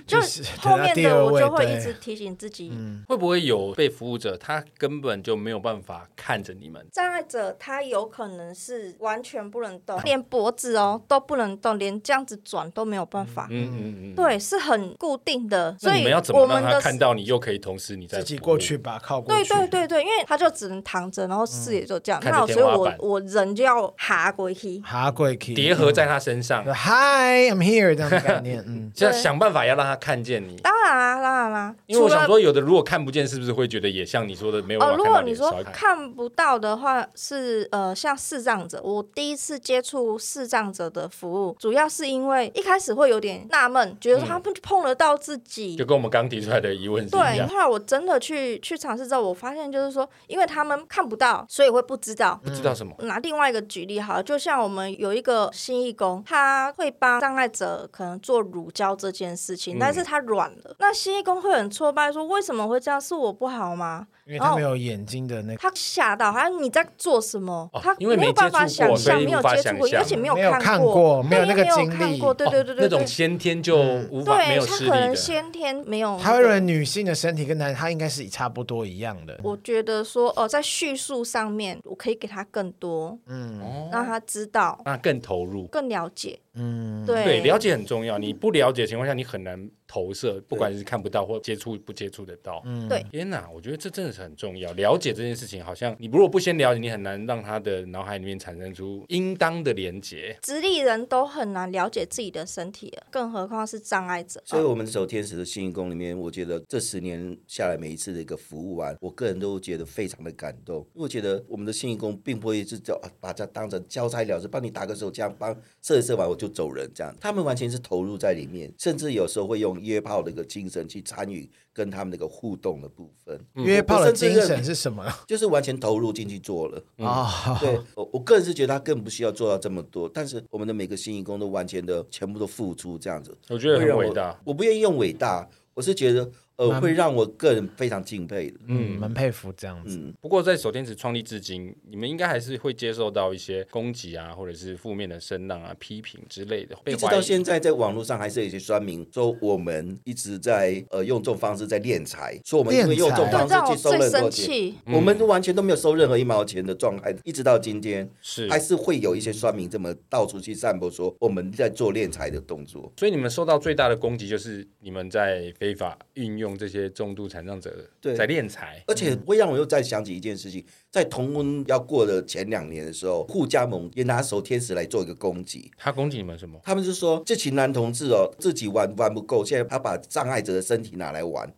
就
就是
啊
后
等到
面
第二
的我
位
就会
对
一直提醒自己，
会不会有被服务者，他根本就没有办法看着你们，
障碍者他有可能是完全不能动，连脖子哦都不能动，连这样子转都没有办法。
嗯嗯嗯，
对，是很固定的，所
那你
以
们要怎
我
么
们
让他
的
看到你，又可以同时你在
自己
服务
过？去吧，靠过
对
去。
对对对，因为他就只能躺着，然后视野就这样，
看着
那所以
天花
我
板
我人就要爬过去。
哈贵 key
叠合在他身
嗯
上，，
Hi, I'm here 这样的概念，嗯
就要想办法要让他看见你。
当然啦，当然啦，
因为
除
我想
了
说，有的如果看不见，是不是会觉得也像你说的没有办
哦，
法
如
看到
果你
脸
说
少一看
看不到的话，是呃，像视障者，我第一次接触视障者的服务，主要是因为一开始会有点纳闷，觉
嗯
得说他们碰得到自己，
就跟我们刚提出来的疑问是一
对，
样。
后来我真的去去尝试之后，我发现就是说，因为他们看不到，所以会不知道，不
嗯
知道什么？
拿另外一个举例好了，就像我们有一个新义工，他会帮障碍者可能做乳胶这件事情，
嗯
但是他软了，那新义工会很挫败，说为什么会这样？是我不好吗？
因为
然
他
后
没有眼睛的那个，
他吓到，他说你在做什么？
嗯哦
他
因为
没有
没接
办法
触过
想象，
所以
没有
无法
接触过，
想
而且没
没有看
看
过没
对
有那个
因为
经
看
历
过对对对对
哦那种
对。
先天就无法没有
对他
视
可能
力的。
先天没
哦
有那个，
他会认为女性的身体跟男人，他应该是差不多一样的。
我觉得说，哦，在叙述上面，我可以给他更多，
嗯
哦
让他知道、
那更投入。
更了解。
嗯，
对，
对，了解很重要。你不了解的情况下，你很难投射，不管是看不到或接触不接触得到。
嗯
对
天哪，我觉得这真的是很重要。了解这件事情，好像你如果不先了解，你很难让他的脑海里面产生出应当的连接。
直立人都很难了解自己的身体了，更何况是障碍者。
所以，我们守天使的信义工里面，我觉得这十年下来每一次的一个服务啊完，我个人都觉得非常的感动。因为我觉得我们的信义工并不会是叫啊把它当成交差了事，帮你打个手枪，帮射一射完我就走人这样。他们完全是投入在里面，甚至有时候会用约炮的一个精神去参与跟他们那个互动的部分，
嗯
约炮的精
我甚
神
至
是什么
就是完全投入进去做了。
啊？
对，我我个人是觉得他更不需要做到这么多，但是我们的每个新义工都完全的全部都付出这样子，
我觉得
会让
很
我
伟大。
我不愿意用伟大，我是觉得呃
蛮
会让我个人非常敬佩的。
嗯，蛮佩服这样子。
嗯，
不过，在守天使创立至今，你们应该还是会接受到一些攻击啊，或者是负面的声浪啊、批评之类的。被
一直
怀疑
到现在，在网络上还是有一些酸民说我们一直在呃用这种方式在敛财，说我们因为用这种
敛财
方
对，
式
让我
去收
最
任何
生
钱，
气。
我
嗯
们完全都没有收任何一毛钱的状态，一直到今天。
是
还是会有一些酸民这么到处去散播说我们在做敛财的动作，
所以你们受到最大的攻击就是你们在非法运用这些重度残障者
对
在敛财。
而且会让我又再想起一件事情，在同婚要过的前两年的时候，互加盟也拿守天使来做一个攻击。
他攻击你们什么？
他们就说这群男同志哦，自己玩玩不够，现在他把障碍者的身体拿来玩。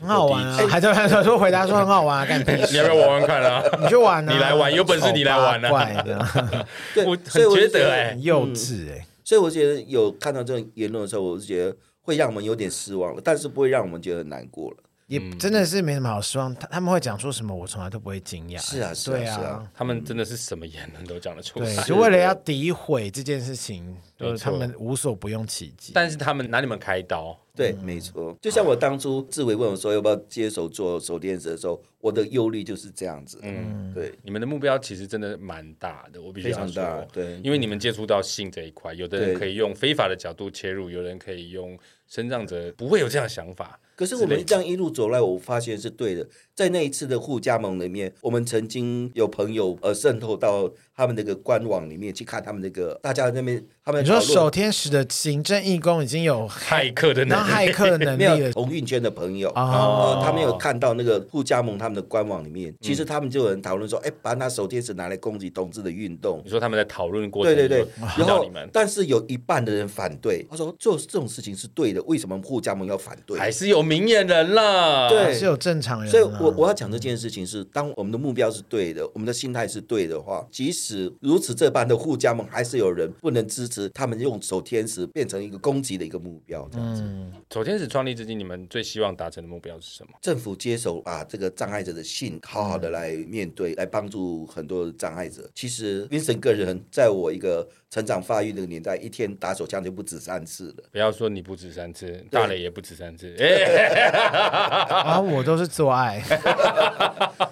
很好玩啊！还在还在说回答说很好玩啊，干屁
你
事
要不要玩玩看 啊？
你去玩啊，
你来玩有本事你来玩啊
丑八怪啊，
对，
我
所以
很觉
就
得哎、
很幼稚哎。
所以我觉得有看到这种言论的时候，我是觉得会让我们有点失望了，但是不会让我们觉得很难过了。
也真的是没什么好失望，他他们会讲出什么，我从来都不会惊讶。
是啊是啊
对
是啊，
他们真的是什么言论都讲得出
对，
来。
就为了要诋毁这件事情，
没
就是他
错
们无所不用其极。
但是他们拿你们开刀，
对，没错。就像我当初志伟问我说要不要接手做手电子的时候，我的忧虑就是这样子。嗯，对，
你们的目标其实真的蛮大的，我必须
非
要
常大
说。。
对，
因为你们接触到性这一块，有的人
对
可以用非法的角度切入，有人可以用身障者不会有这样的想法。
可是我们这样一路走来，我发现是对的。在那一次的互加盟里面，我们曾经有朋友呃渗透到他们那个官网里面去看他们那个大家那边他们
你说
讨论
守天使的行政义工已 经有
骇客的能
当
力，
骇客的能
没
力
有
了，
同运圈的朋友
哦
呃他们有看到那个互加盟他们的官网里
嗯
面，其实他们就有人讨论说，哎，把那手电子拿来攻击同志的运动
你。说他们在讨论过程
对对
中
对，
提
然
到
后
你们，
但是有一半的人反对，他说做这种事情是对的，为什么互加盟要反对？
还
啊
是有明眼人了。
对
是有正常人啊。
所以我，我要讲这件事情是，当我们的目标是对的，我们的心态是对的话，即使如此这般的互加盟，还是有人不能支持他们用守天使变成一个攻击的一个目标。这样子，
嗯
首天使创立至今，你们最希望达成的目标是什么？
政府接手把这个障碍者的信好好的来面对，来帮助很多障碍者。其实，Vincent 个人在我一个成长发育那个年代，一天打手枪就不止三次了。
不要说你不止三次，大磊也不止三次。 哎，
啊，我都是做爱，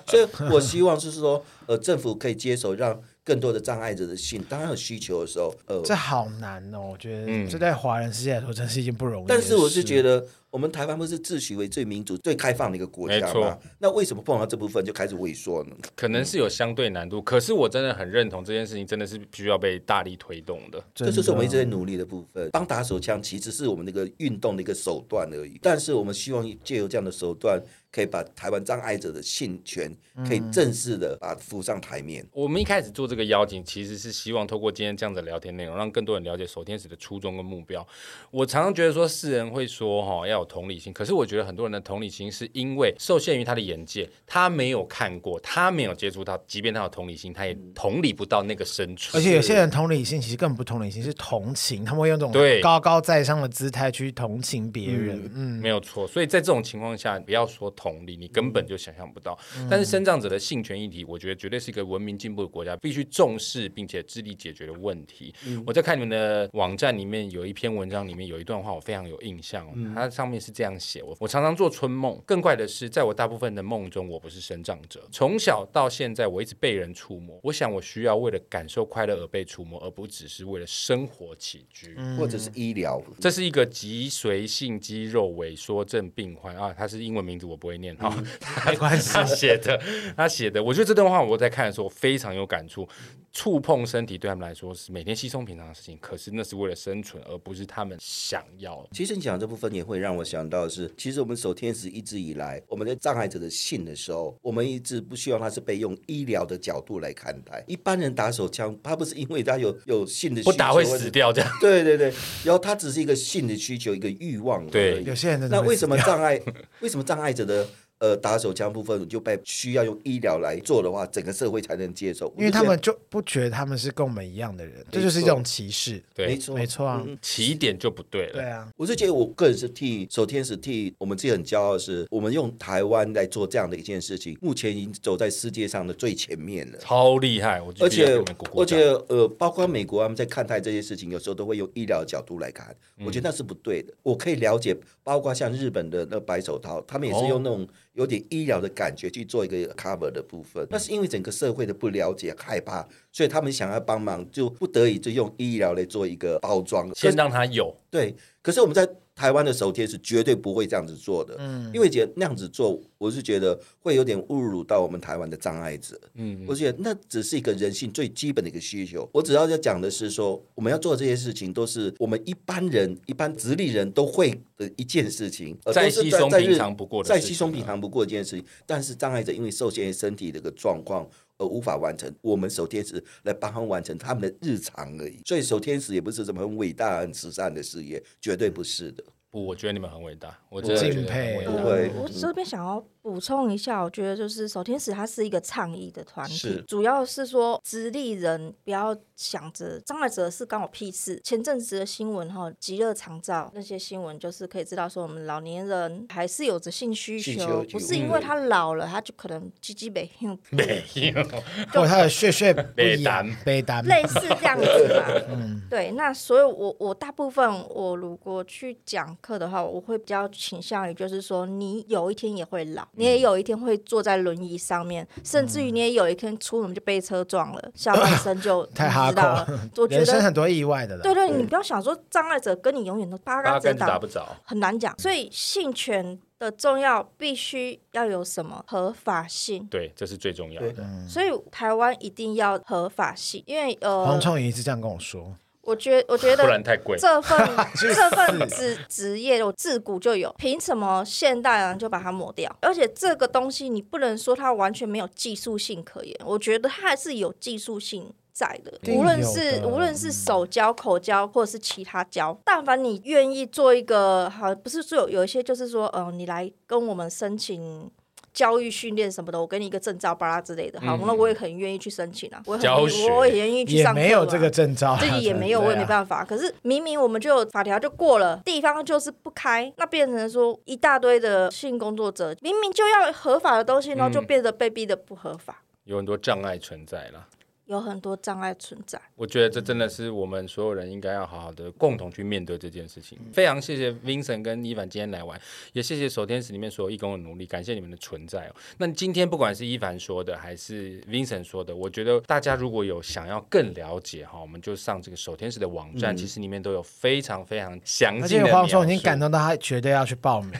所以我希望是说， 呃，政府可以接手让。更多的障碍者的信，当然有需求的时候，呃，
这好难哦。我觉
嗯
得这在华人世界来说，真是一件不容易的
但
事。
是我是觉得，我们台湾不是自诩为最民主、最开放的一个国
没
家
错
吗？那为什么碰到这部分就开始萎缩呢？
可能是有相对难度，可是我真的很认同这件事情，真的是必须要被大力推动的。
真
这
的，
就是我们一直在努力的部分。帮打手枪其实是我们那个运动的一个手段而已，但是我们希望借由这样的手段，可以把台湾障碍者的性权
嗯
可以正式的把它浮上台面。
我们一开始做这个邀请，其实是希望透过今天这样子的聊天内容，让更多人了解守天使的初衷跟目标。我常常觉得说，世人会说哈、要有有同理心。可是我觉得很多人的同理心是因为受限于他的眼界，他没有看过，他没有接触到，即便他有同理心，他也同理不到那个深处。
而且有些人同理心其实根本不同理心，是同情，他们会用这
对
种高高在上的姿态去同情别人。嗯，
没有错，所以在这种情况下，不要说同理，你根本就想象不到。但是生长者的性权议题，我觉得绝对是一个文明进步的国家必须重视并且致力解决的问题。我在看你们的网站里面有一篇文章，里面有一段话我非常有印象、哦，它上面是这样写：我我常常做春梦，更怪的是，在我大部分的梦中，我不是生长者。从小到现在，我一直被人触摸。我想，我需要为了感受快乐而被触摸，而不只是为了生活起居。
或者是医疗，
这是一个脊髓性肌肉萎缩症病患啊，他是英文名字我不会念哈，
嗯
没关系，他写的，他写的，我觉得这段话我在看的时候非常有感触。触碰身体对他们来说是每天稀松平常的事情，可是那是为了生存，而不是他们想要。
其实你讲这部分也会让我想到的是，其实我们守天使一直以来，我们在障碍者的信的时候，我们一直不希望他是被用医疗的角度来看待。一般人打手枪，他不是因为他有有性的需求
不打会
或
死
者
掉这样。
对对对，然后它只是一个性的需求，一个欲望
对
而已
有些人真的
那
会
为
死
什么障碍？ 为什么障碍者的呃打手枪部分就被需要用医疗来做的话，整个社会才能接受？
因为他
我
们
就
就不觉得他们是跟我们一样的人，这
错
就是一种歧视。
觉得没
对，
错嗯
没错啊，
起点就不对了。
对啊，
我是觉得我个人是替守天使替我们自己很骄傲的是，我们用台湾来做这样的一件事情，目前已经走在世界上的最前面了。
超厉害，我就
而
必须要
且
给你们鼓鼓
而
掌
且呃，包括美国他们在看待这些事情，有时候都会用医疗角度来看，
嗯
我觉得那是不对的。我可以了解，包括像日本的那白手套，他们也是
哦
用那种有点医疗的感觉去做一个 cover 的部
嗯
分。那是因为整个社会的不了解、害怕，所以他们想要帮忙，就不得已就用医疗来做一个包装。可
先
是
让他有，
对，可是我们在台湾的手贴是绝对不会这样子做的，嗯，因为觉得那样子做，我是觉得会有点侮辱到我们台湾的障碍者，嗯，我是觉得那只是一个人性最基本的一个需求。我只要要讲的是说，我们要做这些事情都是我们一般人、一般直立人都会的一件事情，呃、
再
都是
稀
在
松
在
平
日
常不过的
再
事
稀
情啊
松
了
平常不过的一件事情。但是障碍者因为受限于身体的一个状况。而无法完成，我们守天使来帮他们完成他们的日常而已。所以守天使也不是什么很伟大、很慈善的事业，绝对不 是的。
不，我觉得你们很伟大，我真的觉
敬
得很
佩
伟
不
大。
会
我这边想要补充一下，我觉得就是守天使它是一个倡议的团
是
体，主要是说直立人不要想着障碍者是关我屁事。前阵子的新闻哈，极热长照那些新闻，就是可以知道说我们老年人还是有着性需
需求嗯
求，不是因为他老了，他就可能鸡鸡没 用，
没有，
嗯
或者他的血血不
北
一
单
样，北单
类似这样子
嗯
嘛。
嗯
对，那所以我，我大部分我如果去讲课的话，我会比较倾向于就是说，你有一天也会老，你
嗯
也有一天会坐在轮椅上面，甚至于你也有一天出门就被车撞了，下半身就
太
你知道了
hardcore
我觉
人生
得，
很多意外的啦。
对对，你不要想说障碍者跟你永远都 八
八
竿子
竿子打
打
不着。
很难讲，所以性权的重要必须要有什么合法性。
对，这是最重要的。
嗯
所以台湾一定要合法性，因为呃
黄，创也是这样跟我说，
我觉我觉得
不然太贵。
这份 这份职职业，我自古就有，凭什么现代人就把它抹掉？而且这个东西你不能说它完全没有技术性可言，我觉得它还是有技术性。在的，
定
无论
有的
是
嗯
无论是手教、口教，或者是其他教，但凡你愿意做一个，好，不是说有有一些就是说，嗯、你来跟我们申请教育训练什么的，我给你一个证照巴拉之类的，好，
嗯
那我也很愿意去申请啊，我也很
教
愿意
学
我也愿意去
也
上课
没有
啊
这个征兆啦，
自己也没有，我也没
法。
办法。可是明明我们就有法条就过了，地方就是不开，那变成说一大堆的性工作者，明明就要合法的东西，然后就变得被逼的不合法，
有很多障碍存在啦。
有很多障碍存在。
我觉得这真的是我们所有人应该要好好的共同去面对这件事情。
嗯
非常谢谢 Vincent 跟伊凡今天来玩，也谢谢守天使里面所有义工的努力，感谢你们的存在哦。那今天不管是伊凡说的还是 Vincent 说的，我觉得大家如果有想要更了解哈，我们就上这个守天使的网站，其实里面都有非常非常详
嗯而
尽
且
的。
黄虫已经感，
啊
动到他绝对要去报名，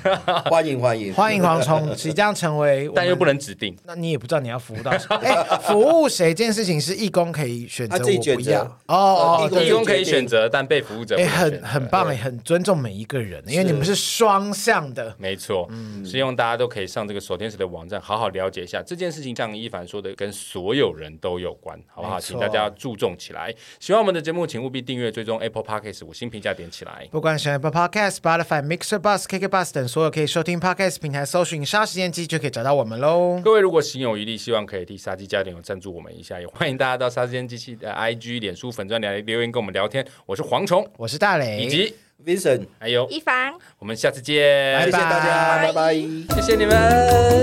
欢迎欢迎
欢迎黄虫即将成为，
但又不
能，
能指定。
那你也不知道你要服务到谁，哎，服务谁这件事情是是义工可以选择
他自己
我
选
不
择
要哦哦
呃
哦，
义工
对
义
对
工可以选择，但被服务者不
哎，
能选
很
择
很棒哎，很尊重每一个人，因为你们是双向的，
没错，
嗯
希望大家都可以上这个守天使的网站，好好了解一下这件事情。像一凡说的，跟所有人都有关，好不好？
没错
请大家注重起来。喜欢我们的节目，请务必订阅、追踪 Apple Podcast 五星评价点起来。
不管是 Apple Podcast、Spotify、Mixer、Bus、KK Bus 等所有可以收听 Podcast 平台，搜寻“杀时间机”就可以找到我们喽。
各位如果心有余力，希望可以替杀鸡加点油赞助我们一下，也欢迎大家到杀鸡间机器的 IG、脸书粉专来留言跟我们聊天。我是蝗虫，
我是大
以
雷，
及
哎
Vincent，
还有，
一凡。
我们下次见，
谢谢大家，拜
拜拜
拜
谢谢你们。